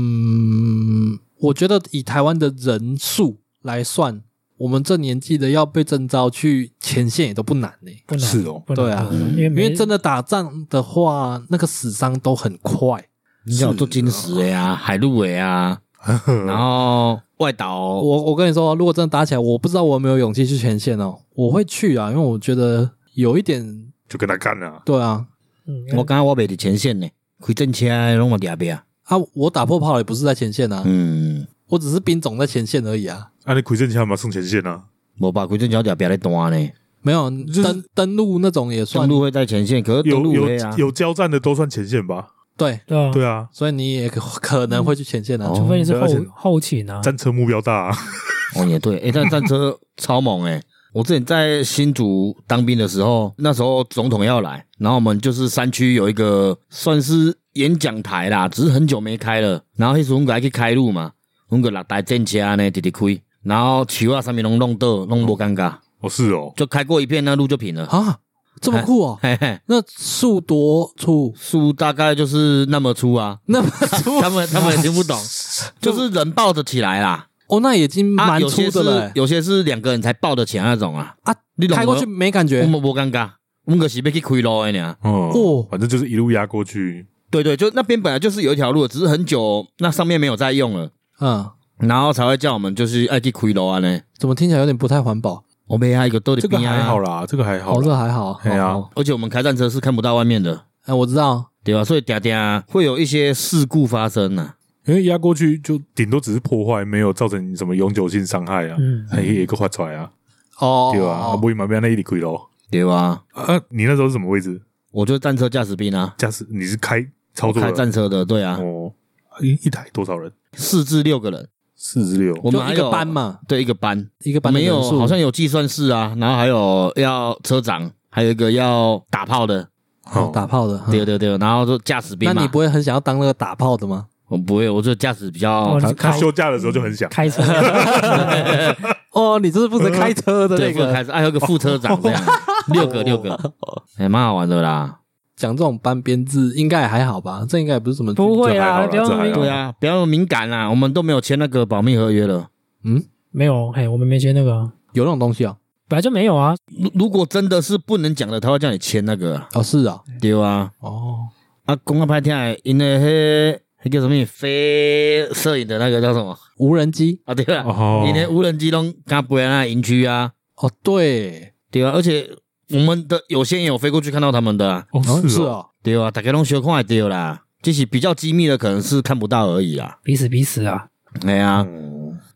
[SPEAKER 2] 嗯，我觉得以台湾的人数来算，我们这年纪的要被征召去前线也都不难呢、
[SPEAKER 1] 不难，
[SPEAKER 3] 是哦
[SPEAKER 1] 不难
[SPEAKER 2] 对啊
[SPEAKER 1] 不难因为
[SPEAKER 2] 因
[SPEAKER 1] 因
[SPEAKER 2] 为真的打仗的话，那个死伤都很快。
[SPEAKER 5] 你要有做金石的呀、海陆的啊呀、 然后外岛
[SPEAKER 2] 我我跟你说，如果真的打起来，我不知道我有没有勇气去前线哦，我会去啊，因为我觉得有一点，
[SPEAKER 3] 就跟他干啊，
[SPEAKER 2] 对啊，
[SPEAKER 1] 嗯
[SPEAKER 5] 我刚刚我袂伫前线呢，开战车拢我嗲边。
[SPEAKER 2] 啊，我打破炮也不是在前线啊，
[SPEAKER 5] 嗯，
[SPEAKER 2] 我只是兵种在前线而已啊，
[SPEAKER 3] 啊，你亏正枪嘛，送前线啊，
[SPEAKER 5] 无吧，开战车嗲边咧单呢。
[SPEAKER 2] 没有
[SPEAKER 3] 是
[SPEAKER 2] 登登陆那种也算
[SPEAKER 5] 登陆会在前线，可是登
[SPEAKER 3] 有
[SPEAKER 5] 陆
[SPEAKER 3] 有
[SPEAKER 5] 会啊，
[SPEAKER 3] 有交战的都算前线吧？
[SPEAKER 2] 对，
[SPEAKER 1] 对啊，
[SPEAKER 3] 对啊，
[SPEAKER 2] 所以你也可可能会去前线啊
[SPEAKER 5] 哦，
[SPEAKER 1] 除非你是
[SPEAKER 3] 对而且
[SPEAKER 1] 后后勤啊，
[SPEAKER 3] 战车目标大啊，
[SPEAKER 5] 哦也对，哎、但战车超猛哎、我之前在新竹当兵的时候，那时候总统要来，然后我们就是山区有一个算是演讲台啦，只是很久没开了。然后那时候我们还去开路嘛，我们个六台战车呢直直开，然后球啊、三米龙弄豆弄多尴尬，
[SPEAKER 3] 哦，是哦，
[SPEAKER 5] 就开过一片，那路就平了。
[SPEAKER 2] 啊，这么酷哦！
[SPEAKER 5] 嘿嘿，
[SPEAKER 2] 那树多粗，
[SPEAKER 5] 树大概就是那么粗啊，
[SPEAKER 2] 那么粗
[SPEAKER 5] 他们他们也听不懂，就是人抱得起来啦。
[SPEAKER 2] 哦，那已经
[SPEAKER 5] 啊，
[SPEAKER 2] 蛮
[SPEAKER 5] 有
[SPEAKER 2] 粗
[SPEAKER 5] 些
[SPEAKER 2] 的了
[SPEAKER 5] 是
[SPEAKER 2] 欸
[SPEAKER 5] 有些是两个人才抱得起来那种啊，
[SPEAKER 2] 啊
[SPEAKER 5] 你！懂
[SPEAKER 2] 开过去没感
[SPEAKER 5] 我
[SPEAKER 2] 觉
[SPEAKER 5] 们不尴尬，我们可是要去开路的呢。
[SPEAKER 3] 嗯，
[SPEAKER 2] 哦
[SPEAKER 3] 反正就是一路压过去，
[SPEAKER 5] 对对，就那边本来就是有一条路，只是很久那上面没有在用了，
[SPEAKER 2] 嗯，
[SPEAKER 5] 然后才会叫我们就是爱去开路啊呢。
[SPEAKER 2] 怎么听起来有点不太环保？
[SPEAKER 5] 我们还有一个都得
[SPEAKER 3] 这个
[SPEAKER 5] 边
[SPEAKER 3] 还
[SPEAKER 5] 啊
[SPEAKER 3] 好，啦，这个还好
[SPEAKER 2] 哦，
[SPEAKER 3] 啦，
[SPEAKER 2] 这还好。
[SPEAKER 3] 哎呀
[SPEAKER 2] 哦，哦
[SPEAKER 5] 而且我们开战车是看不到外面的，
[SPEAKER 2] 哎，我知道，
[SPEAKER 5] 对吧？所以嗲嗲会有一些事故发生啊呐、
[SPEAKER 3] 因为压过去就顶多只是破坏，没有造成什么永久性伤害啊，
[SPEAKER 1] 嗯，
[SPEAKER 3] 还也个发出来啊，
[SPEAKER 2] 哦，
[SPEAKER 3] 对啊，
[SPEAKER 2] 哦
[SPEAKER 3] 不会嘛，不要那一里亏咯。
[SPEAKER 5] 对吧？
[SPEAKER 3] 啊，你那时候是什么位置？
[SPEAKER 5] 我就是战车驾驶兵啊，
[SPEAKER 3] 驾驶你是开操作的
[SPEAKER 5] 开战车的，对啊，
[SPEAKER 3] 哦，一一台多少人？
[SPEAKER 5] 四至六个人，
[SPEAKER 3] 四十六，
[SPEAKER 5] 我
[SPEAKER 2] 就
[SPEAKER 5] 们还
[SPEAKER 2] 一
[SPEAKER 5] 有
[SPEAKER 2] 个班，嘛，
[SPEAKER 5] 对，一个班，
[SPEAKER 2] 一个班的
[SPEAKER 5] 没有
[SPEAKER 2] 人数
[SPEAKER 5] 好像有计算室啊，然后还有要车长，还有一个要打炮的，
[SPEAKER 2] 哦打炮的。嗯
[SPEAKER 5] 对对对，然后就驾驶兵
[SPEAKER 2] 那
[SPEAKER 5] 嘛。
[SPEAKER 2] 你不会很想要当那个打炮的吗？
[SPEAKER 5] 我不会，我就驾驶比较
[SPEAKER 1] 哦，你
[SPEAKER 3] 他
[SPEAKER 1] 是
[SPEAKER 3] 他
[SPEAKER 1] 开
[SPEAKER 3] 休假的时候就很想，
[SPEAKER 1] 开车，
[SPEAKER 2] 哦，你这是负责开车 的那
[SPEAKER 5] 对，
[SPEAKER 2] 个，
[SPEAKER 5] 开始，还有一个副车长这样，六个六个，也蛮好玩的啦。
[SPEAKER 2] 讲这种班编制应该也还好吧？这应该也不是什么
[SPEAKER 1] 不会啊，不要
[SPEAKER 3] 这还好啦
[SPEAKER 1] 那么
[SPEAKER 3] 这还好
[SPEAKER 5] 对
[SPEAKER 1] 敏
[SPEAKER 5] 啊，不要那么敏感啦，我们都没有签那个保密合约了。
[SPEAKER 2] 嗯，
[SPEAKER 1] 没有，嘿，我们没接那个啊，
[SPEAKER 2] 有那种东西啊？
[SPEAKER 1] 本来就没有啊，
[SPEAKER 5] 如如果真的是不能讲的，他会叫你签那个啊，
[SPEAKER 2] 哦，是啊，
[SPEAKER 5] 对啊。
[SPEAKER 2] 哦，
[SPEAKER 5] 啊，公安拍天来，因为迄迄叫什么飞摄影的那个叫什么
[SPEAKER 2] 无人机
[SPEAKER 5] 啊？对啊，
[SPEAKER 3] 哦
[SPEAKER 5] 你连无人机都敢飞那营区啊？
[SPEAKER 2] 哦，对，
[SPEAKER 5] 对啊，而且我们的有些人有飞过去看到他们的、啊，
[SPEAKER 3] 哦
[SPEAKER 2] 哦
[SPEAKER 3] 是
[SPEAKER 2] 是
[SPEAKER 3] 哦，
[SPEAKER 2] 啊，
[SPEAKER 5] 对啊，大家拢小看会对啦，只是比较机密的可能是看不到而已啦。
[SPEAKER 1] 彼此彼此啊，
[SPEAKER 5] 哎呀、
[SPEAKER 3] 嗯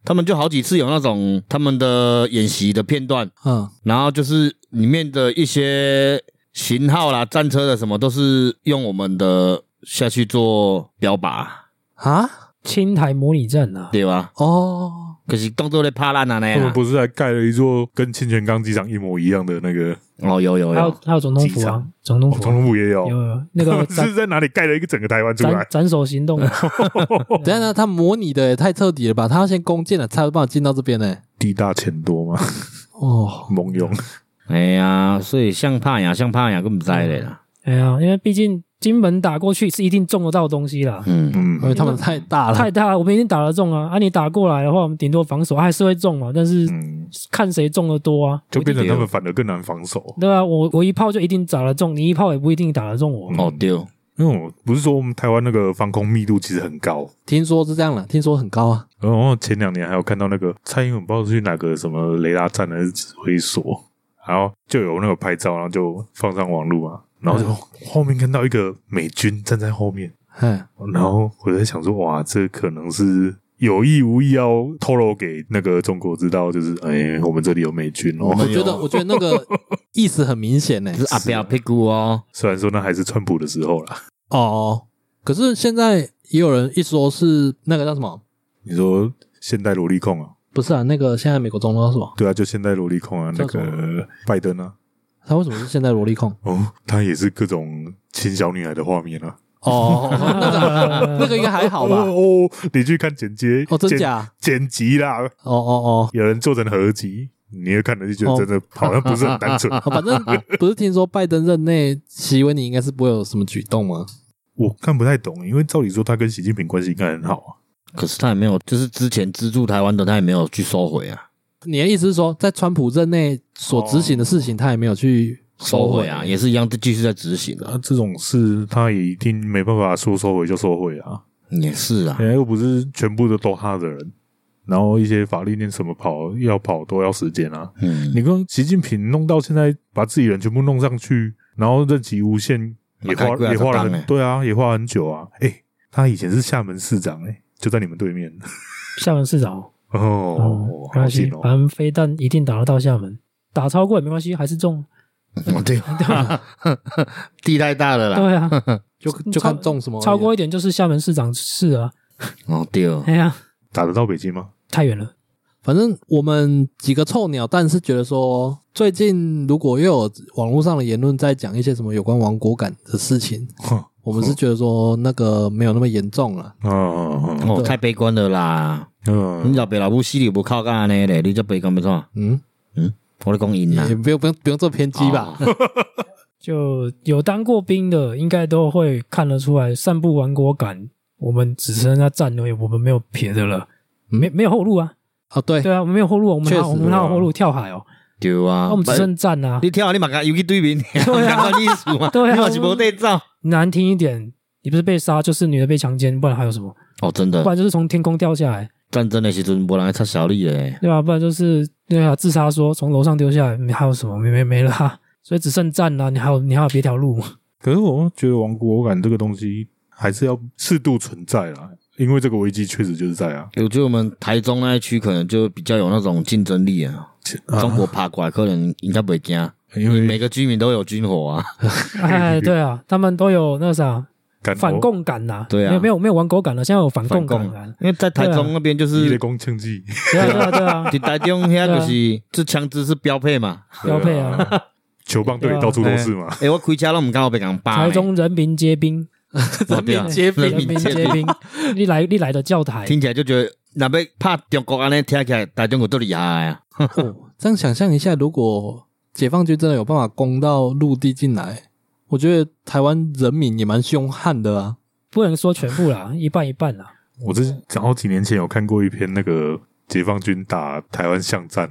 [SPEAKER 5] 他们就好几次有那种他们的演习的片段，
[SPEAKER 2] 嗯，
[SPEAKER 5] 然后就是里面的一些型号啦、战车的什么，都是用我们的下去做标靶，
[SPEAKER 2] 啊，
[SPEAKER 1] 青台模拟战啊，
[SPEAKER 5] 对吧？
[SPEAKER 2] 哦，
[SPEAKER 5] 可是动作咧怕烂啊那
[SPEAKER 3] 他们
[SPEAKER 5] 样。
[SPEAKER 3] 不是还盖了一座跟清泉岗机场一模一样的那个，
[SPEAKER 5] 哦，有有
[SPEAKER 1] 还有
[SPEAKER 5] 有，
[SPEAKER 1] 还有总统府
[SPEAKER 3] 机
[SPEAKER 1] 啊，总统
[SPEAKER 3] 哦
[SPEAKER 1] 府啊
[SPEAKER 3] 总统府也有
[SPEAKER 1] 有，有那个
[SPEAKER 3] 是
[SPEAKER 1] 斩
[SPEAKER 3] 在哪里盖了一个整个台湾出
[SPEAKER 1] 斩
[SPEAKER 3] 来？
[SPEAKER 1] 斩首行 动啊，
[SPEAKER 3] 哦
[SPEAKER 2] 等一下呢，他模拟的也太彻底了吧？他要先弓箭了，才有办法进到这边呢。
[SPEAKER 3] 地大钱多嘛，
[SPEAKER 2] 哦，
[SPEAKER 3] 蒙 勇
[SPEAKER 5] 哎呀，所以像怕呀，像怕呀，更不知咧啦。
[SPEAKER 1] 哎呀，因为毕竟金门打过去是一定中得到的东西啦，
[SPEAKER 5] 嗯，
[SPEAKER 3] 嗯
[SPEAKER 2] 因为他们太大了，
[SPEAKER 1] 太大了，我们已经打得中啊，啊，你打过来的话，我们顶多防守、啊还是会中嘛，但是
[SPEAKER 3] 嗯，
[SPEAKER 1] 看谁中的多啊，
[SPEAKER 3] 就变成他们反而更难防守。
[SPEAKER 1] 对吧、啊我我一炮就一定打得中，你一炮也不一定打得中
[SPEAKER 3] 嗯
[SPEAKER 1] 我。
[SPEAKER 5] 哦对，
[SPEAKER 3] 因为我不是说我们台湾那个防空密度其实很高，
[SPEAKER 2] 听说是这样了，听说很高啊。
[SPEAKER 3] 然后前两年还有看到那个蔡英文不知道是去哪个什么雷达站还是指挥所，然后就有那个拍照，然后就放上网络嘛，然后就、后面看到一个美军站在后面，
[SPEAKER 2] 嗯，
[SPEAKER 3] 然后我在想说，哇，这可能是有意无意要透露给那个中国知道，就是哎，我们这里有美军
[SPEAKER 5] 我
[SPEAKER 3] 哦
[SPEAKER 5] 们。
[SPEAKER 2] 我觉得，
[SPEAKER 5] 有
[SPEAKER 2] 我觉得那个意思很明 显呢
[SPEAKER 5] 这。是阿彪屁股哦。
[SPEAKER 3] 虽然说那还是川普的时候啦。
[SPEAKER 2] 哦，可是现在也有人一说是那个叫什么？
[SPEAKER 3] 你说现代萝莉控啊？
[SPEAKER 2] 不是啊，那个现在美国总统叫什么？
[SPEAKER 3] 对啊，就现代萝莉控啊，那
[SPEAKER 2] 叫什
[SPEAKER 3] 个拜登啊，
[SPEAKER 2] 他为什么是现在萝莉控？
[SPEAKER 3] 哦，他也是各种亲小女孩的画面啊。
[SPEAKER 2] 哦， 那个那个应该还好吧？
[SPEAKER 3] 哦哦，哦你去看剪接
[SPEAKER 2] 哦，真
[SPEAKER 3] 剪
[SPEAKER 2] 假？
[SPEAKER 3] 剪辑啦，
[SPEAKER 2] 哦哦
[SPEAKER 3] 有人做成合集，你也看了就觉得真的好像不是 很单纯。
[SPEAKER 2] 哦，反正不是听说拜登任内，席维尼应该是不会有什么举动吗？
[SPEAKER 3] 我看不太懂，因为照理说他跟习近平关系应该很好啊。
[SPEAKER 5] 可是他也没有，就是之前资助台湾的，他也没有去收回啊，
[SPEAKER 2] 你的意思是说，在川普任内所执行的事情，他也没有去
[SPEAKER 5] 收
[SPEAKER 2] 回
[SPEAKER 5] 回啊，也是一样继续在执行
[SPEAKER 3] 啊
[SPEAKER 5] 的，，
[SPEAKER 3] 这种事他也一定没办法说收回就收回啊，
[SPEAKER 5] 也是啊
[SPEAKER 3] 人，家又不是全部的都他的人，然后一些法律念什么跑要跑都要时间啊。
[SPEAKER 5] 嗯，
[SPEAKER 3] 你跟习近平弄到现在，把自己人全部弄上去，然后任期无限，也花
[SPEAKER 5] 那该
[SPEAKER 3] 也花了
[SPEAKER 5] 过来就当
[SPEAKER 3] 很
[SPEAKER 5] 欸
[SPEAKER 3] 对啊，也花很久啊。哎，他以前是厦门市长哎，就在你们对面
[SPEAKER 1] 厦门市长
[SPEAKER 3] 哦
[SPEAKER 1] 哦，，没
[SPEAKER 3] 好
[SPEAKER 1] 关系
[SPEAKER 3] 近，哦
[SPEAKER 1] 反，正飞弹一定打得到厦门，打超过也没关系，还是中。
[SPEAKER 5] 哦对， 地太大了啦，
[SPEAKER 1] 对啊，
[SPEAKER 2] 就就看中什么而已啊
[SPEAKER 1] 超过一点就是厦门市长是啊，
[SPEAKER 5] 哦对，
[SPEAKER 1] 哎呀、
[SPEAKER 3] 打得到北京吗？
[SPEAKER 1] 太远了，
[SPEAKER 2] 反正我们几个臭鸟蛋是觉得说，最近如果又有网络上的言论在讲一些什么有关亡国感的事情，
[SPEAKER 3] 哼
[SPEAKER 2] 我们是觉得说那个没有那么严重了。啊
[SPEAKER 3] 嗯嗯嗯，
[SPEAKER 5] 哦哦太悲观了啦，你
[SPEAKER 3] 嗯，
[SPEAKER 5] 老爸老母死里不靠干安尼咧，你这白讲要怎样？
[SPEAKER 2] 嗯，
[SPEAKER 5] 我咧讲因啦哦
[SPEAKER 2] 也，不用不用不用这么偏激吧？
[SPEAKER 1] 就有当过兵的，应该都会看得出来，散步亡国感，我们只剩下战而已，我们没有别的了，
[SPEAKER 2] 嗯
[SPEAKER 1] 没没有后路啊，
[SPEAKER 2] 哦，对，
[SPEAKER 1] 对啊，我们没有后路，我们
[SPEAKER 2] 确
[SPEAKER 1] 哪
[SPEAKER 2] 实
[SPEAKER 1] 我们哪有
[SPEAKER 3] 啊
[SPEAKER 1] 后路跳海哦，
[SPEAKER 5] 对啊
[SPEAKER 1] 那 我们只
[SPEAKER 5] 不然
[SPEAKER 1] 剩战啊，
[SPEAKER 5] 你跳，你嘛甲游去对面， 两个意思嘛，
[SPEAKER 1] 对啊
[SPEAKER 5] 你嘛是无对照。
[SPEAKER 1] 难听一点，你不是被杀就是女的被强奸，不然还有什么？
[SPEAKER 5] 哦，真的
[SPEAKER 1] 不，然就是从天空掉下来，
[SPEAKER 5] 战争的时阵无人来插小丽嘞，
[SPEAKER 1] 对吧、不然就是对啊，自杀说从楼上丢下来，没还有什么？没没没了、啊，所以只剩战啦、你还有你还有别条路 吗？
[SPEAKER 3] 可是我觉得亡国感这个东西还是要适度存在啦，因为这个危机确实就是在啊。
[SPEAKER 5] 我觉得我们台中那一区可能就比较有那种竞争力啊。中国爬过来，可能应该不会惊，
[SPEAKER 3] 因为
[SPEAKER 5] 每个居民都有军火啊。
[SPEAKER 1] 哎，对啊，他们都有那个啥
[SPEAKER 3] 感
[SPEAKER 1] 反共感呐、
[SPEAKER 5] 对啊
[SPEAKER 1] 没有没有没有玩狗感了，现在有反共感了、
[SPEAKER 5] 因为在台中那边就
[SPEAKER 3] 一类
[SPEAKER 5] 是，
[SPEAKER 3] 攻枪击
[SPEAKER 1] 对啊对啊对啊，
[SPEAKER 5] 在台中遐就是这枪支是标配嘛。
[SPEAKER 1] 标配 啊，，
[SPEAKER 3] 球棒队到处都是嘛。
[SPEAKER 5] 诶，我开车拢唔敢有被人扒。
[SPEAKER 1] 台中人民皆兵，
[SPEAKER 5] 哦对啊
[SPEAKER 2] 人民皆兵
[SPEAKER 1] 人民皆兵，你来你来的教台，
[SPEAKER 5] 听起来就觉得，若要拍中国安尼，听起来台中有多厉害啊！
[SPEAKER 2] 哦这样想象一下，如果解放军真的有办法攻到陆地进来，我觉得台湾人民也蛮凶悍的啊。
[SPEAKER 1] 不能说全部啦，一半一半啦。
[SPEAKER 3] 我之前好几年前有看过一篇那个解放军打台湾巷战，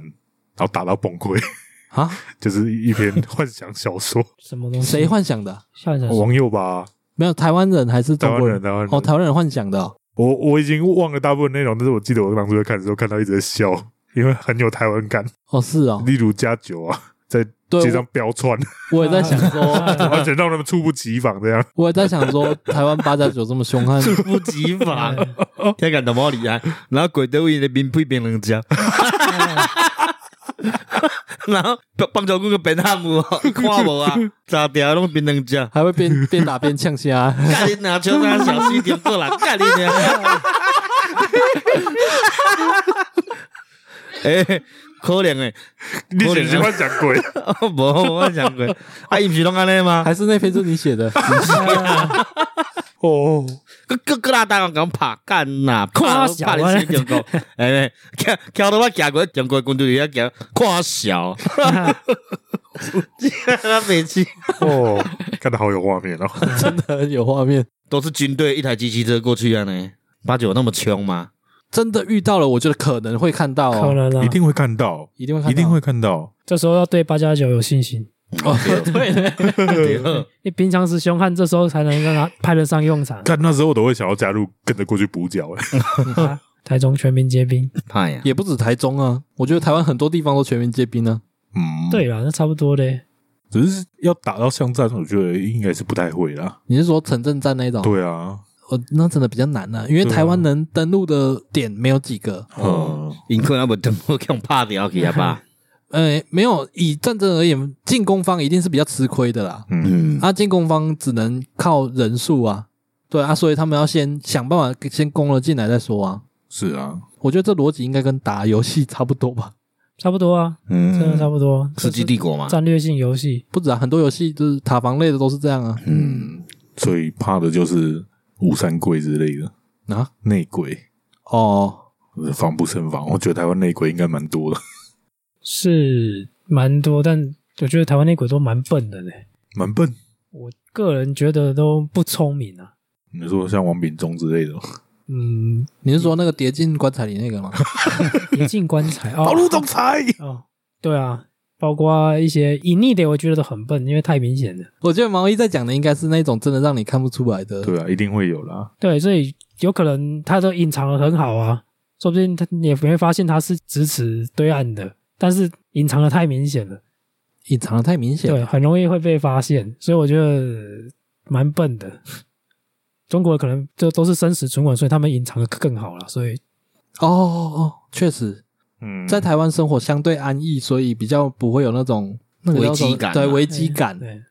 [SPEAKER 3] 然后打到崩溃，
[SPEAKER 2] 啊，
[SPEAKER 3] 就是一篇幻想小 说。
[SPEAKER 1] 什么东西？
[SPEAKER 2] 谁幻想的啊、
[SPEAKER 1] 下一首
[SPEAKER 3] 网友吧，
[SPEAKER 2] 没有台湾人还是
[SPEAKER 3] 台
[SPEAKER 2] 中
[SPEAKER 3] 湾
[SPEAKER 2] 国
[SPEAKER 3] 人，台湾
[SPEAKER 2] 哦，
[SPEAKER 3] 人。
[SPEAKER 2] 台湾人幻想的、哦，
[SPEAKER 3] 我我已经忘了大部分内容，但是我记得我当初在看的时候，看到一直在笑，因为很有台湾感。
[SPEAKER 2] 哦是哦，
[SPEAKER 3] 例如加酒啊，在
[SPEAKER 2] 对
[SPEAKER 3] 街上飙窜，
[SPEAKER 2] 我我也在想 说，
[SPEAKER 3] 完全让他们猝不及防这 样。
[SPEAKER 2] 我也在想说，台湾八加九这么 凶悍，
[SPEAKER 5] 不及防， 听起来多么厉害。然后鬼都为的兵配兵人家，然后棒球棍个变汉姆，看无啊，炸掉拢兵人家。
[SPEAKER 2] 还会 边边打边呛虾。
[SPEAKER 5] 干你拿球拿小心一点做啦， 干你娘！ 哎、可怜诶、
[SPEAKER 3] 你喜喜欢讲 鬼？
[SPEAKER 5] 欸， 无我想 过，啊，伊毋是拢安尼吗？
[SPEAKER 2] 还是那篇是你 写的？
[SPEAKER 3] 哦，
[SPEAKER 5] 个个个啦，大人讲拍干呐，
[SPEAKER 1] 看
[SPEAKER 5] 拍
[SPEAKER 1] 小
[SPEAKER 5] 拍你死中 国，哎，敲敲到我行过中国军队遐行，看 小，那每次
[SPEAKER 3] 哦，看的好有画 面哦。
[SPEAKER 2] 真的很有画面。
[SPEAKER 5] 都是军队一台机器车过去啊呢，八九有那么穷吗？
[SPEAKER 2] 真的遇到了，我觉得可能会看到、哦，
[SPEAKER 1] 可能啊
[SPEAKER 3] 一，定会看到，
[SPEAKER 2] 一定会看到，
[SPEAKER 3] 一定会看到。
[SPEAKER 1] 这时候要对八加九有信心。
[SPEAKER 5] 哦， 对对，
[SPEAKER 1] 你冰枪是凶悍，这时候才能让他派得上用场。
[SPEAKER 3] 看那时候我都会想要加入，跟着过去补脚。哎
[SPEAKER 1] 啊台中全民皆兵，
[SPEAKER 5] 怕呀，
[SPEAKER 2] 也不止台中啊，我觉得台湾很多地方都全民皆兵啊。
[SPEAKER 3] 嗯，，
[SPEAKER 1] 对啦，那差不多嘞。
[SPEAKER 3] 只是要打到巷战，我觉得应该是不太会啦。
[SPEAKER 2] 你是说城镇战那一种？，
[SPEAKER 3] 对啊，
[SPEAKER 2] 哦，那真的比较难啊，因为
[SPEAKER 3] 对啊
[SPEAKER 2] 台湾能登陆的点没有几个。
[SPEAKER 3] 嗯，
[SPEAKER 5] 因可能无等我用拍掉去啊吧，
[SPEAKER 2] 呃，没有，以战争而言，进攻方一定是比较吃亏的啦。
[SPEAKER 3] 嗯，
[SPEAKER 5] 嗯，
[SPEAKER 2] 啊，进攻方只能靠人数啊，对啊，所以他们要先想办法先攻了进来再说啊。
[SPEAKER 3] 是啊，
[SPEAKER 2] 我觉得这逻辑应该跟打游戏差不多吧？
[SPEAKER 1] 差不多啊，真的差
[SPEAKER 5] 嗯，
[SPEAKER 1] 不多。
[SPEAKER 5] 世纪帝国嘛，
[SPEAKER 1] 战略性游戏，
[SPEAKER 2] 不止啊，很多游戏就是塔防类的都是这样啊。
[SPEAKER 3] 嗯，所以怕的就是五三鬼之类的
[SPEAKER 2] 啊，
[SPEAKER 3] 内鬼，
[SPEAKER 2] 哦，
[SPEAKER 3] 呃防不胜防。我觉得台湾内鬼应该蛮多的，
[SPEAKER 1] 是蛮多，但我觉得台湾那鬼都蛮笨的嘞。
[SPEAKER 3] 蛮笨。
[SPEAKER 1] 我个人觉得都不聪明啊。
[SPEAKER 3] 你说像王炳忠之类的
[SPEAKER 2] 哦
[SPEAKER 3] 吗，
[SPEAKER 1] 嗯，
[SPEAKER 2] 你是说那个跌进棺材里那个吗？
[SPEAKER 1] 也进棺材啊，
[SPEAKER 3] 保
[SPEAKER 1] 哦
[SPEAKER 3] 路总裁，
[SPEAKER 1] 哦，对啊，包括一些隐匿的，我觉得都很笨，因为太明显了。
[SPEAKER 2] 我觉得毛衣在讲的应该是那种真的让你看不出来的。
[SPEAKER 3] 对啊，一定会有啦。
[SPEAKER 1] 对，所以有可能他都隐藏的很好啊，说不定他你也不会发现他是支持对岸的，但是隐藏的太明显了，
[SPEAKER 2] 隐藏的太明显。
[SPEAKER 1] 对，很容易会被发现，所以我觉得蛮笨的。 中国可能这都是生死存亡，所以他们隐藏的更好了，所以
[SPEAKER 2] 哦哦哦，确实，
[SPEAKER 3] 嗯，
[SPEAKER 2] 在台湾生活相对安逸，所以比较不会有那种那个叫什么
[SPEAKER 5] 危机感啊
[SPEAKER 2] 对危机感。
[SPEAKER 1] 对，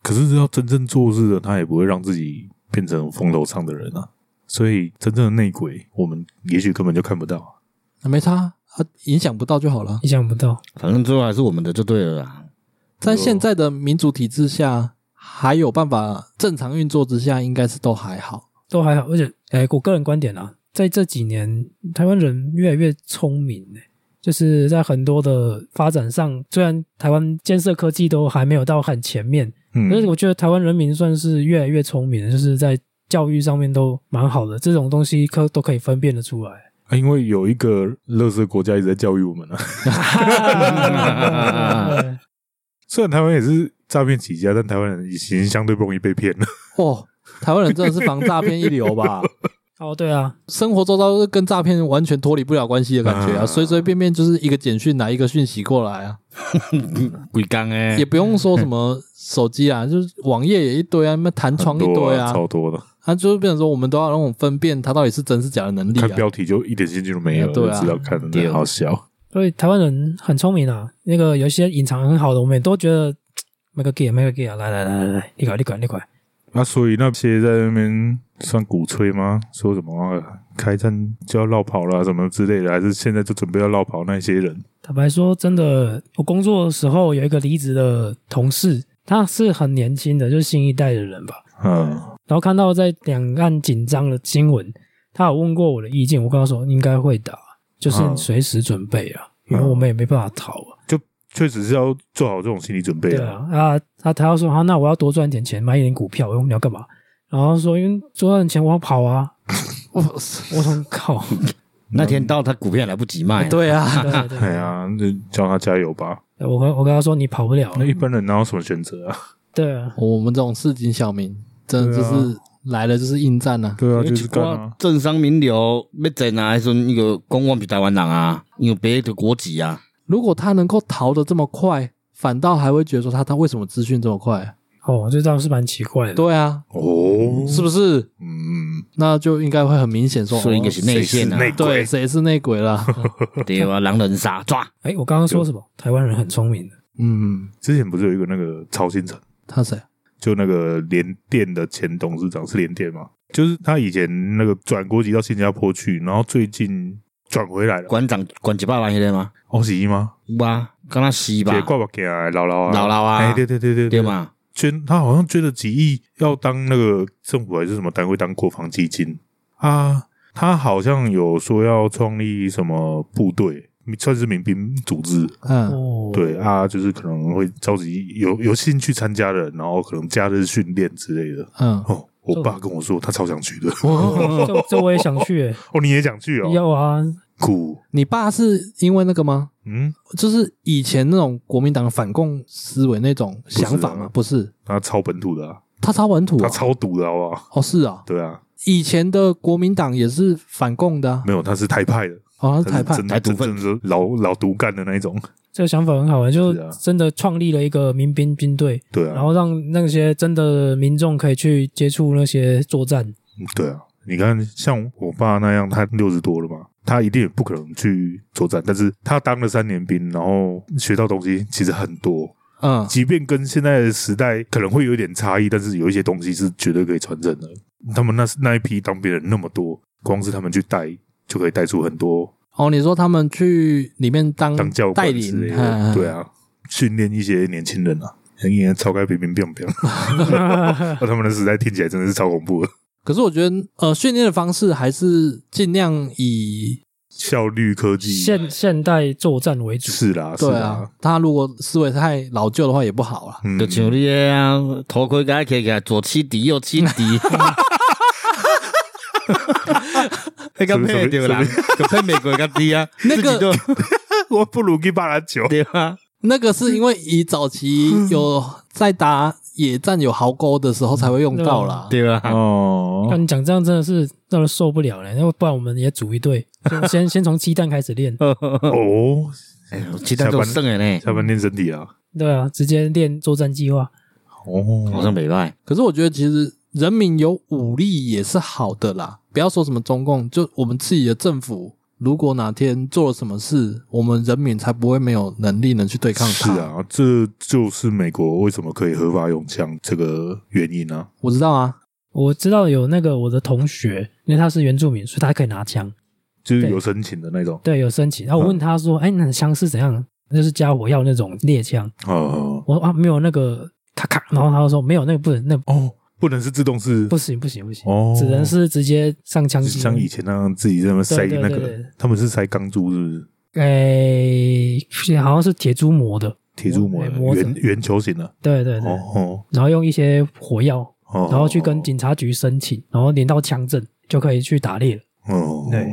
[SPEAKER 3] 可是要真正做事的，他也不会让自己变成风头上的人啊。所以真正的内鬼，我们也许根本就看不到。
[SPEAKER 2] 啊没差啊，影响不到就好了。
[SPEAKER 1] 意想不到，
[SPEAKER 5] 反正最后还是我们的就对了啦。
[SPEAKER 2] 在现在的民主体制下，还有办法正常运作之下，应该是都还好。
[SPEAKER 1] 都还好，而且，哎，我个人观点啊，在这几年，台湾人越来越聪明、欸，就是在很多的发展上，虽然台湾建设科技都还没有到很前面，
[SPEAKER 3] 嗯
[SPEAKER 1] 可是我觉得台湾人民算是越来越聪明了，就是在教育上面都蛮好的，这种东西可都可以分辨得出来。
[SPEAKER 3] 啊因为有一个乐色国家一直在教育我们啊， 虽然台湾也是诈骗起家，但台湾人已经相对不容易被 骗了。
[SPEAKER 2] 哦，台湾人真的是防诈骗一流吧？
[SPEAKER 1] 哦，对啊，
[SPEAKER 2] 生活周遭是跟诈骗完全脱离不了关系的感觉啊，
[SPEAKER 3] 啊
[SPEAKER 2] 随随便便就是一个简讯来一个讯息过来啊，
[SPEAKER 5] 鬼刚哎
[SPEAKER 2] 也，不用说什么手机 啊，就是网页也一堆啊，那么弹窗一堆啊，
[SPEAKER 3] 超哎多的，
[SPEAKER 2] 它就是变成说我们都要那种分辨它到底是真是假的能力
[SPEAKER 3] 看
[SPEAKER 2] 啊。
[SPEAKER 3] 标题就一点兴趣都没有，
[SPEAKER 2] 对啊
[SPEAKER 3] 就知道看
[SPEAKER 5] 对
[SPEAKER 3] 的好笑。
[SPEAKER 1] 所以台湾人很聪明啊。那个有一些隐藏很好的，我们也都觉得 make a game，make a game，来来啊来来来，你搞你搞你搞。
[SPEAKER 2] 啊
[SPEAKER 3] 那啊所以那些在那边算鼓吹吗？说什么、啊开战就要绕跑了、什么之类的，还是现在就准备要绕跑那些人？
[SPEAKER 1] 坦白说，真的，我工作的时候有一个离职的同事，他是很年轻的，就是新一代的人吧。
[SPEAKER 3] 嗯，
[SPEAKER 1] 然后看到在两岸紧张的新闻，他有问过我的意见，我跟他说应该会打，就是
[SPEAKER 3] 嗯
[SPEAKER 1] 随时准备啊，因为我们也没办法逃啊。
[SPEAKER 3] 确实是要做好这种心理准备
[SPEAKER 1] 对
[SPEAKER 3] 啊。
[SPEAKER 1] 啊，啊，他他要说啊，那我要多赚点钱，买一点股票，我说你要干嘛？然后说因为多赚钱我要跑啊，
[SPEAKER 2] 我
[SPEAKER 1] 我说 靠，
[SPEAKER 5] 那天到他股票来不及卖，
[SPEAKER 2] 对啊，
[SPEAKER 1] 对对
[SPEAKER 3] 哎呀，那叫他加油吧。
[SPEAKER 1] 对，我跟我跟他说你跑不了，
[SPEAKER 3] 那一般人哪有什么选择啊？
[SPEAKER 1] 对啊，
[SPEAKER 2] 我们这种市井小民，真的就是来了就是应战啊。
[SPEAKER 3] 对啊，
[SPEAKER 5] 因为
[SPEAKER 3] 就是
[SPEAKER 5] 一
[SPEAKER 3] 干
[SPEAKER 5] 寡
[SPEAKER 3] 啊。
[SPEAKER 5] 政商名流要整啊，还说那个公我是台湾人啊，有别的国籍啊，
[SPEAKER 2] 如果他能够逃得这么快，反倒还会觉得说他他为什么资讯这么快啊？
[SPEAKER 1] 哦，这倒是蛮奇怪的。
[SPEAKER 2] 对啊，
[SPEAKER 3] 哦，
[SPEAKER 2] 是不是？
[SPEAKER 3] 嗯，
[SPEAKER 2] 那就应该会很明显说，
[SPEAKER 5] 所以应该
[SPEAKER 2] 哦
[SPEAKER 5] 是内线啊
[SPEAKER 3] 谁是内，鬼
[SPEAKER 2] 对，谁是内 鬼啦？
[SPEAKER 5] 对啊，狼人杀抓，
[SPEAKER 1] 哎，我刚刚说什么？台湾人很聪明的，
[SPEAKER 2] 嗯，
[SPEAKER 3] 之前不是有一个那个曹新成，
[SPEAKER 2] 他谁？
[SPEAKER 3] 就那个联电的前董事长是联电嘛？就是他以前那个转国籍到新加坡去，然后最近转回来了。
[SPEAKER 5] 馆长管几百万那个吗？
[SPEAKER 3] 哦，是吗？
[SPEAKER 5] 有啊，跟他洗吧
[SPEAKER 3] 姐，挂不给啊，姥姥啊，
[SPEAKER 5] 姥姥啊
[SPEAKER 3] 哎，对对对对
[SPEAKER 5] 对？嘛？
[SPEAKER 3] 捐他好像捐了几亿，要当那个政府还是什么单位当国防基金啊？他好像有说要创立什么部队，算是民兵组织。
[SPEAKER 2] 嗯，
[SPEAKER 1] 哦，
[SPEAKER 3] 对啊，就是可能会召集有有兴趣参加的人，然后可能假日训练之类的。
[SPEAKER 2] 嗯，
[SPEAKER 3] 哦，我爸跟我说他超想去的。
[SPEAKER 1] 这这我也想去、欸，
[SPEAKER 3] 哦，你也想去哦？
[SPEAKER 1] 哦要啊，
[SPEAKER 3] 酷，
[SPEAKER 2] 你爸是因为那个吗？
[SPEAKER 3] 嗯，
[SPEAKER 2] 就是以前那种国民党反共思维那种想法吗？不是，
[SPEAKER 3] 他超本土的、啊，
[SPEAKER 2] 他超本土、
[SPEAKER 3] 他
[SPEAKER 2] 啊，
[SPEAKER 3] 超毒的，好不好？
[SPEAKER 2] 哦是啊，
[SPEAKER 3] 对啊，
[SPEAKER 2] 以前的国民党也是反共的、啊，
[SPEAKER 3] 没有，他是台派的，
[SPEAKER 2] 哦他是
[SPEAKER 3] 他
[SPEAKER 2] 台
[SPEAKER 3] 是
[SPEAKER 2] 派
[SPEAKER 3] 真，
[SPEAKER 5] 台
[SPEAKER 3] 的
[SPEAKER 5] 独
[SPEAKER 3] 真
[SPEAKER 5] 分
[SPEAKER 3] 正是老老独干的那一种。
[SPEAKER 1] 这个想法很好玩，就是
[SPEAKER 3] 啊
[SPEAKER 1] 真的创立了一个民兵军队，
[SPEAKER 3] 对啊，
[SPEAKER 1] 然后让那些真的民众可以去接触那些作战。
[SPEAKER 3] 对啊，你看，像我爸那样，他六十多了嘛，他一定也不可能去作战，但是他当了三年兵，然后学到东西其实很多，
[SPEAKER 2] 嗯，
[SPEAKER 3] 即便跟现在的时代可能会有一点差异，但是有一些东西是绝对可以传承的。他们那那一批当兵人那么多，光是他们去带就可以带出很多
[SPEAKER 2] 哦你说他们去里面当
[SPEAKER 3] 当教
[SPEAKER 2] 嗯带
[SPEAKER 3] 官之
[SPEAKER 2] 领
[SPEAKER 3] 类，
[SPEAKER 2] 嗯
[SPEAKER 3] 的，对，啊，训练一些年轻人啊。应该超该兵兵变变，那啊他们的时代听起来真的是超恐怖的，
[SPEAKER 2] 可是我觉得呃训练的方式还是尽量以
[SPEAKER 3] 效率科技
[SPEAKER 1] 现现代作战为主，
[SPEAKER 3] 是啦，是
[SPEAKER 2] 对
[SPEAKER 3] 啦
[SPEAKER 2] 啊，，他如果思维太老旧的话也不好啊。
[SPEAKER 3] 嗯
[SPEAKER 5] 就像你的啊，头盔给他开起来，左七敌右七敌， 那个配对啦，个配美国个敌啊，
[SPEAKER 2] 那个
[SPEAKER 5] 自己就。
[SPEAKER 3] 我不如去巴篮球
[SPEAKER 5] 对啊，
[SPEAKER 2] 那个
[SPEAKER 3] 嗯
[SPEAKER 2] 是因为以早期有在打野战有壕沟的时候才会用到啦。
[SPEAKER 3] 嗯
[SPEAKER 5] 对 啊，
[SPEAKER 1] 那
[SPEAKER 3] 哦，
[SPEAKER 1] 你讲这样真的是让人受不了了，要不然我们也组一队，就先 先从鸡蛋开始练，
[SPEAKER 3] 哦，
[SPEAKER 5] 哎呦，鸡蛋都剩的呢，
[SPEAKER 3] 下班练身体啊。
[SPEAKER 1] 对啊，直接练作战计划。
[SPEAKER 5] 好
[SPEAKER 3] 哦，
[SPEAKER 5] 像没卖，
[SPEAKER 2] 可是我觉得其实人民有武力也是好的啦，不要说什么中共，就我们自己的政府，如果哪天做了什么事，我们人民才不会没有能力能去对抗
[SPEAKER 3] 是
[SPEAKER 2] 它。，
[SPEAKER 3] 啊，这就是美国为什么可以合法用枪这个原因啊。
[SPEAKER 2] 我知道啊，
[SPEAKER 1] 我知道有那个我的同学，因为他是原住民，所以他可以拿枪，
[SPEAKER 3] 就是
[SPEAKER 1] 对
[SPEAKER 3] 有申请的那种。
[SPEAKER 1] 对，有申请。然后我问他说：“哎、那枪是怎样？那就是家伙要那种猎枪。”
[SPEAKER 3] 哦
[SPEAKER 1] 我说啊，没有那个咔咔，然后他就说没有那个不能，那
[SPEAKER 3] 哦，不能是自动式
[SPEAKER 1] 不行不行不行，
[SPEAKER 3] 哦，
[SPEAKER 1] 只能是直接上枪击。
[SPEAKER 3] 像以前那样自己在那塞
[SPEAKER 1] 对对
[SPEAKER 3] 那
[SPEAKER 1] 对对
[SPEAKER 3] 个，他们是塞钢珠是不是？
[SPEAKER 1] 诶、哎好像是铁珠磨的，
[SPEAKER 3] 铁柱模
[SPEAKER 1] 哎
[SPEAKER 3] 的
[SPEAKER 1] 磨的
[SPEAKER 3] 圆圆球形的，
[SPEAKER 1] 对对对，
[SPEAKER 3] 哦
[SPEAKER 1] 然后用一些火药，
[SPEAKER 3] 哦哦，
[SPEAKER 1] 然后去跟警察局申请，然后连到枪证就可以去打猎了。
[SPEAKER 3] 哦，
[SPEAKER 1] 对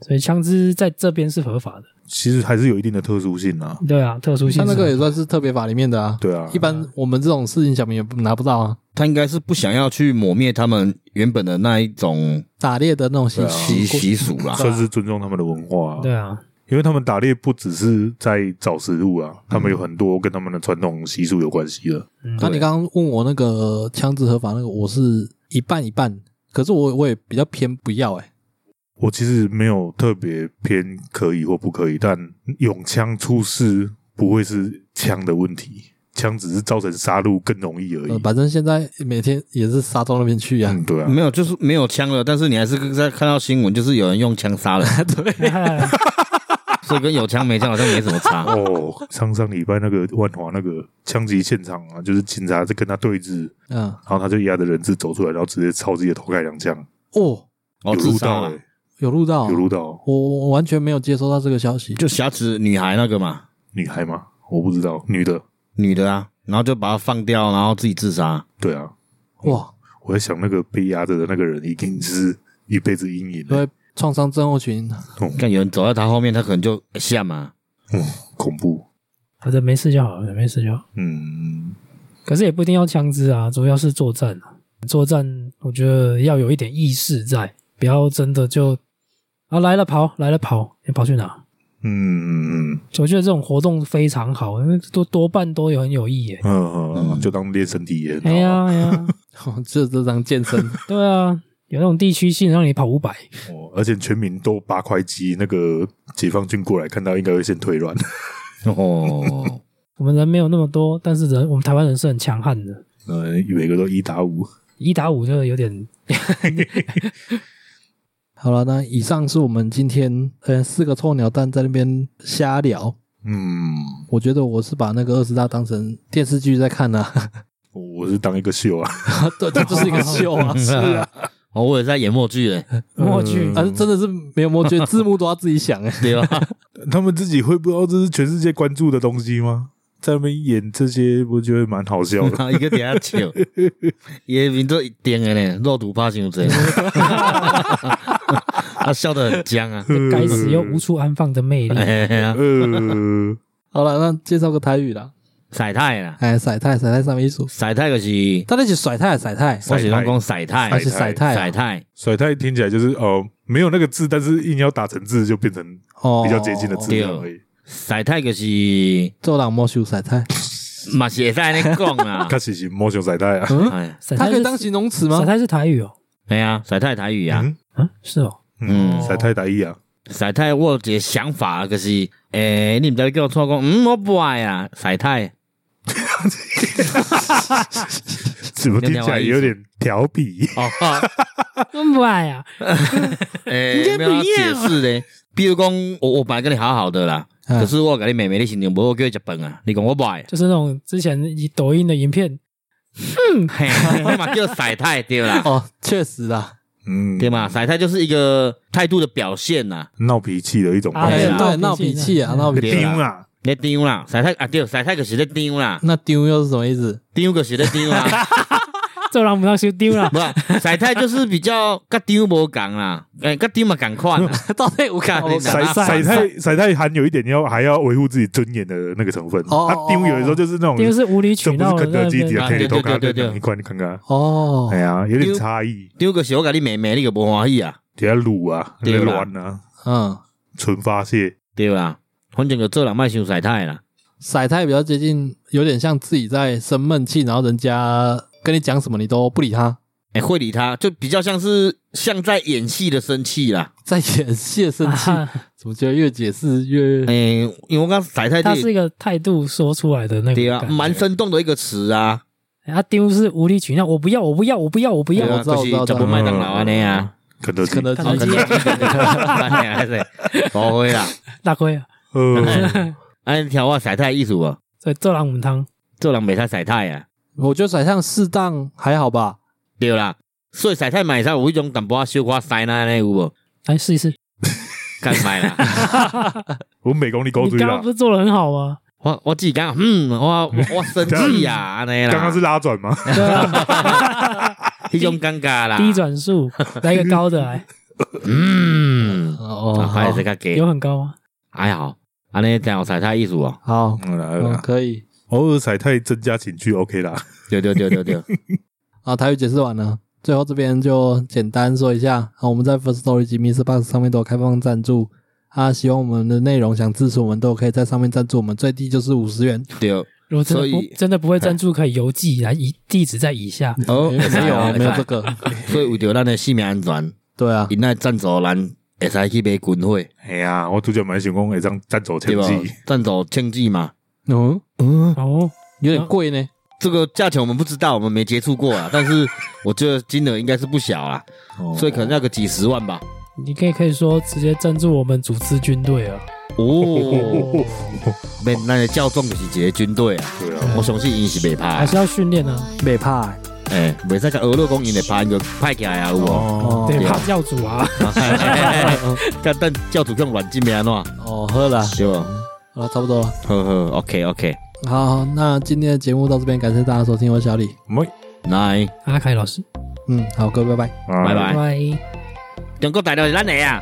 [SPEAKER 1] 所以枪支在这边是合法的，
[SPEAKER 3] 其实还是有一定的特殊性啊，
[SPEAKER 1] 对啊，特殊性
[SPEAKER 2] 像
[SPEAKER 1] 是
[SPEAKER 2] 那个也算是特别法里面的啊。
[SPEAKER 3] 对啊
[SPEAKER 2] 一，般我们这种事情小明也不拿不到啊，
[SPEAKER 5] 他应该是不想要去抹灭他们原本的那一种
[SPEAKER 2] 打猎的那种习
[SPEAKER 3] 对啊
[SPEAKER 5] 习
[SPEAKER 2] 习
[SPEAKER 5] 习俗啦。
[SPEAKER 3] 算是尊重他们的文化、啊，
[SPEAKER 1] 对啊，
[SPEAKER 3] 因为他们打猎不只是在找食物啊，他们有很多跟他们的传统习俗有关系的。
[SPEAKER 1] 嗯
[SPEAKER 2] 那你刚刚问我那个枪支合法那个，我是一半一半，可是我我也比较偏不要哎、
[SPEAKER 3] 我其实没有特别偏可以或不可以，但永枪出事不会是枪的问题，枪只是造成杀戮更容易而
[SPEAKER 2] 呃
[SPEAKER 3] 已。
[SPEAKER 2] 反正现在每天也是杀到那边去呀、
[SPEAKER 3] 嗯，对啊，
[SPEAKER 5] 没有，就是没有枪了，但是你还是在看到新闻，就是有人用枪杀人， 所以跟有枪没枪好像没什么 差。
[SPEAKER 3] 哦，上上礼拜那个万华那个枪击现场啊，就是警察在跟他对峙，
[SPEAKER 2] 嗯，
[SPEAKER 3] 然后他就压着人质走出来，然后直接朝自己的头开两枪，
[SPEAKER 2] 哦，
[SPEAKER 5] 哦，
[SPEAKER 3] 有
[SPEAKER 5] 自
[SPEAKER 3] 录
[SPEAKER 5] 杀
[SPEAKER 3] 到、
[SPEAKER 5] 啊
[SPEAKER 3] 欸，
[SPEAKER 2] 有录到，
[SPEAKER 3] 有录到
[SPEAKER 2] 我我完全没有接收到这个消息，
[SPEAKER 5] 就挟持女孩那个嘛，
[SPEAKER 3] 女孩吗？我不知道，女的，
[SPEAKER 5] 女的啊，然后就把她放掉，然后自己自杀。
[SPEAKER 3] 对啊，
[SPEAKER 2] 哇，
[SPEAKER 3] 我在想那个被压着的那个人一定是一辈子阴影欸
[SPEAKER 2] 因
[SPEAKER 3] 了，
[SPEAKER 2] 为创伤症候群，
[SPEAKER 5] 看有人走在她后面，她可能就吓嘛。
[SPEAKER 3] 恐怖。
[SPEAKER 1] 反正没事就好了，没事就好。
[SPEAKER 3] 嗯，
[SPEAKER 1] 可是也不一定要枪支啊，主要是作战啊。作战我觉得要有一点意识在，不要真的就啊来了跑，来了跑，你跑去哪？
[SPEAKER 3] 嗯嗯
[SPEAKER 1] 我觉得这种活动非常好，因为多多半都有很有意义耶。
[SPEAKER 3] 嗯嗯，
[SPEAKER 5] 嗯
[SPEAKER 3] 就当练身体也
[SPEAKER 1] 哎
[SPEAKER 3] 很好啊。
[SPEAKER 1] 呀哎 呀，
[SPEAKER 2] 就这张健身，
[SPEAKER 1] 对啊，有那种地区性让你跑五百，
[SPEAKER 3] 哦而且全民都八块肌，那个解放军过来看到应该会先腿软。
[SPEAKER 5] 哦，
[SPEAKER 1] 我们人没有那么多，但是人我们台湾人是很强悍的，
[SPEAKER 3] 呃，每个都一打五。
[SPEAKER 1] 一打五就有点
[SPEAKER 2] 好了，那以上是我们今天呃四个臭鸟蛋在那边瞎聊。
[SPEAKER 3] 嗯，
[SPEAKER 2] 我觉得我是把那个二十大当成电视剧在看呢、啊
[SPEAKER 3] 我是当一个秀啊，
[SPEAKER 2] 对，这就是一个秀啊，
[SPEAKER 5] 是啊，哦，我也在演默剧嘞，
[SPEAKER 1] 默剧。
[SPEAKER 2] 啊，真的是没有我觉得字幕都要自己想 哎、
[SPEAKER 5] 对吧？
[SPEAKER 3] 他们自己会不知道这是全世界关注的东西吗？在那边演这些，不觉得蛮好笑
[SPEAKER 5] 然
[SPEAKER 3] 的？
[SPEAKER 5] 后一个底下笑，也名都一点的呢，肉毒怕伤贼， 他笑得很僵啊。
[SPEAKER 1] 该死又无处安放的魅力，
[SPEAKER 5] 哎呀，
[SPEAKER 3] 呃，
[SPEAKER 2] 好了，那介绍个台语啦，
[SPEAKER 5] 晒太啦，
[SPEAKER 2] 哎，甩太甩太上面一组，
[SPEAKER 5] 晒太就是，
[SPEAKER 2] 大家一起甩太甩太，
[SPEAKER 5] 我喜欢讲晒
[SPEAKER 2] 还
[SPEAKER 5] 太，
[SPEAKER 2] 是甩太
[SPEAKER 5] 晒
[SPEAKER 2] 啊
[SPEAKER 5] 太，
[SPEAKER 3] 甩太听起来就是哦，没有那个字，但是硬要打成字，就变成
[SPEAKER 2] 哦
[SPEAKER 3] 比较接近的字
[SPEAKER 5] 对
[SPEAKER 3] 样而已。
[SPEAKER 5] 晒太就是，
[SPEAKER 2] 做人莫修甩太，
[SPEAKER 5] 嘛是会使安尼讲 啦。
[SPEAKER 3] 他其实摸熊甩太啊，
[SPEAKER 2] 嗯，
[SPEAKER 5] 哎，
[SPEAKER 1] 甩
[SPEAKER 2] 它
[SPEAKER 1] 太
[SPEAKER 2] 可以
[SPEAKER 1] 是
[SPEAKER 2] 当形容词
[SPEAKER 1] 甩
[SPEAKER 2] 吗？
[SPEAKER 1] 太是台语哦，
[SPEAKER 5] 哎呀，晒太台语啊，
[SPEAKER 3] 嗯
[SPEAKER 1] 嗯，是 哦，
[SPEAKER 3] 嗯，
[SPEAKER 5] 嗯
[SPEAKER 3] 甩太打一啊，
[SPEAKER 5] 晒太我有一个想法啊就是，诶，你毋知道叫我错讲，嗯，我不爱啊，晒太，
[SPEAKER 3] 怎么听起来有点调皮？
[SPEAKER 5] 哦，
[SPEAKER 1] 不爱啊，
[SPEAKER 5] 诶，没有要解释咧。比如讲，我我本来跟你好好的啦，
[SPEAKER 2] 嗯
[SPEAKER 5] 可是我跟你妹妹你心情不好，我叫你食饭啊，你讲我不爱，
[SPEAKER 1] 就是那种之前以抖音的影片，
[SPEAKER 5] 嘿，你嘛叫晒太对啦，
[SPEAKER 2] 嗯 哦，确实啦，
[SPEAKER 3] 嗯，
[SPEAKER 5] 对嘛，晒太就是一个态度的表现啊呐，
[SPEAKER 3] 闹脾气的一种方
[SPEAKER 5] 哎
[SPEAKER 3] 式
[SPEAKER 5] 呀
[SPEAKER 2] 哎，对，闹脾气啊，闹脾气。
[SPEAKER 5] 对
[SPEAKER 3] 丢
[SPEAKER 5] 啦
[SPEAKER 3] 啦，
[SPEAKER 5] 咧丢啦，晒太啊对，晒太就是咧丢啦，
[SPEAKER 2] 那丢又是什么意 思？
[SPEAKER 5] 丢就是咧丢啦。
[SPEAKER 1] 这人不要修丢 了，
[SPEAKER 5] 不啦，晒太就是比较甲丢无共啦，诶、甲丢嘛共款啦，
[SPEAKER 2] 到底有
[SPEAKER 5] 干你
[SPEAKER 3] 甩
[SPEAKER 5] 啊
[SPEAKER 3] 甩太甩太含有一点要还要维护自己尊严的那个成分。啊
[SPEAKER 2] 哦
[SPEAKER 3] 他丢有的时候就是那种，
[SPEAKER 1] 丢是无理
[SPEAKER 3] 这
[SPEAKER 1] 取
[SPEAKER 3] 不
[SPEAKER 1] 闹
[SPEAKER 3] 是
[SPEAKER 1] 的
[SPEAKER 3] 肯德
[SPEAKER 1] 在
[SPEAKER 3] 基
[SPEAKER 1] 那
[SPEAKER 3] 底
[SPEAKER 1] 边
[SPEAKER 3] 下
[SPEAKER 5] 啊对
[SPEAKER 3] 你
[SPEAKER 5] 对
[SPEAKER 3] 都看
[SPEAKER 5] 对对对
[SPEAKER 3] 你看你看看，
[SPEAKER 2] 哦
[SPEAKER 3] 哎，呀，有点
[SPEAKER 5] 丢
[SPEAKER 3] 差异，
[SPEAKER 5] 丢个小甲你妹妹你个无欢喜啊，
[SPEAKER 3] 底下卤啊，底
[SPEAKER 5] 对
[SPEAKER 3] 下
[SPEAKER 5] 啦
[SPEAKER 3] 乱啊，
[SPEAKER 2] 嗯，
[SPEAKER 3] 纯发泄。
[SPEAKER 5] 对啦，反正就做人莫想晒太啦，
[SPEAKER 2] 甩太比较接近，有点像自己在生闷气，然后人家跟你讲什么你都不理他，
[SPEAKER 5] 诶、会理他，就比较像是像在演戏的生气啦，
[SPEAKER 2] 在演戏的生气，
[SPEAKER 1] 啊
[SPEAKER 2] 怎么觉得越解释越……
[SPEAKER 5] 诶、因为我刚晒太
[SPEAKER 1] 它
[SPEAKER 5] 这
[SPEAKER 1] 是一个态度说出来的那
[SPEAKER 5] 对
[SPEAKER 1] 个
[SPEAKER 5] 啊，
[SPEAKER 1] 感觉，
[SPEAKER 5] 蛮生动的一个词啊，
[SPEAKER 1] 啊丢是无理取闹，我不要，我不要，我不要，我不
[SPEAKER 5] 对
[SPEAKER 1] 要，
[SPEAKER 5] 啊，
[SPEAKER 2] 我知道
[SPEAKER 5] 就是
[SPEAKER 2] 我知道
[SPEAKER 5] 食不麦当劳安尼啊，
[SPEAKER 3] 肯德基
[SPEAKER 2] 肯，德基
[SPEAKER 1] 肯德基
[SPEAKER 5] 还是误会啦，
[SPEAKER 1] 大亏啊！
[SPEAKER 3] 呃，
[SPEAKER 5] 安尼听我晒太意思无？
[SPEAKER 1] 所以这人唔汤，
[SPEAKER 5] 做人袂使晒太啊，
[SPEAKER 2] 我觉得甩像适当还好吧，
[SPEAKER 5] 对啦。所以晒太买晒有一种淡薄仔小可塞那呢有无？
[SPEAKER 1] 来试一试。
[SPEAKER 5] 干买啦！
[SPEAKER 3] 我美工你狗
[SPEAKER 1] 你
[SPEAKER 3] 嘴
[SPEAKER 1] 刚
[SPEAKER 3] 啦
[SPEAKER 1] 刚不，是做的很好吗？
[SPEAKER 5] 我我自己讲，嗯，我我我生气呀，安尼啦，
[SPEAKER 3] 刚刚是拉转吗？
[SPEAKER 1] 对啊，
[SPEAKER 5] 一种尴尬啦。
[SPEAKER 1] 低，转速，来一个高的 来，
[SPEAKER 5] 嗯，
[SPEAKER 2] 哦，
[SPEAKER 5] 啊还
[SPEAKER 2] 好
[SPEAKER 5] 是，较低
[SPEAKER 1] 有，很高吗？
[SPEAKER 5] 还好，安尼这样有晒太艺术哦。
[SPEAKER 2] 好，
[SPEAKER 3] 嗯来
[SPEAKER 2] 嗯
[SPEAKER 3] 来，
[SPEAKER 2] 可以
[SPEAKER 3] 偶尔踩太增加情趣，OK 啦。
[SPEAKER 5] 对对对对对，
[SPEAKER 2] 啊，台语解释完了，最后这边就简单说一下啊，我们在 First Story 及 Mr. Box 上面都有开放赞助啊，喜欢我们的内容，想支持我们都可以在上面赞助，我们最低就是五十元，
[SPEAKER 5] 对
[SPEAKER 1] 如果真的
[SPEAKER 5] 所
[SPEAKER 1] 不
[SPEAKER 5] 以
[SPEAKER 1] 真的不会赞助，可以邮寄来以地址在以 下。
[SPEAKER 5] 哦，
[SPEAKER 2] 因为没有啊没有这
[SPEAKER 5] 个，
[SPEAKER 2] 个，
[SPEAKER 5] 所以为着咱的性命安全，
[SPEAKER 2] 对啊，
[SPEAKER 5] 因爱赞助咱会使去买军火，
[SPEAKER 3] 哎呀，我主角蛮想讲会当战走
[SPEAKER 5] 对
[SPEAKER 3] 前
[SPEAKER 5] 吧
[SPEAKER 3] 期，？
[SPEAKER 5] 赞助枪支嘛，
[SPEAKER 2] 嗯，
[SPEAKER 5] 嗯，
[SPEAKER 1] 哦，
[SPEAKER 2] 有点贵呢，
[SPEAKER 5] 这个价钱我们不知道，我们没接触过啊， 但是我觉得金额应该是不小啦，所以可能要个几十万吧。
[SPEAKER 1] 你可以可以说直接赞助我们组织军队啊。
[SPEAKER 5] 哦，
[SPEAKER 1] 哦，
[SPEAKER 5] 没，那个教众就是一个军队啊，
[SPEAKER 3] 对啊，
[SPEAKER 5] 我相信因是袂怕
[SPEAKER 1] 还
[SPEAKER 5] 的，
[SPEAKER 1] 是要训练啊。
[SPEAKER 2] 没怕欸，
[SPEAKER 5] 哎，袂使甲俄罗讲因会怕，因就派起来啊，有无？
[SPEAKER 3] 哦，
[SPEAKER 2] 哦
[SPEAKER 1] 对，
[SPEAKER 5] 对啊
[SPEAKER 1] 怕教主啊，
[SPEAKER 5] 但但教主用软禁安怎？
[SPEAKER 2] 哦，喝了，
[SPEAKER 5] 对吧？
[SPEAKER 2] 好了，差不多了，
[SPEAKER 5] 呵呵，OK OK，
[SPEAKER 2] 好，好那今天的节目到这边，感谢大家收听，我是小李，
[SPEAKER 3] 没，
[SPEAKER 5] 来，
[SPEAKER 1] 阿凯老师，
[SPEAKER 2] 嗯，好，各位，拜拜。
[SPEAKER 3] 拜
[SPEAKER 5] 拜拜
[SPEAKER 1] 拜拜。
[SPEAKER 5] 中国大陆是咱的啊。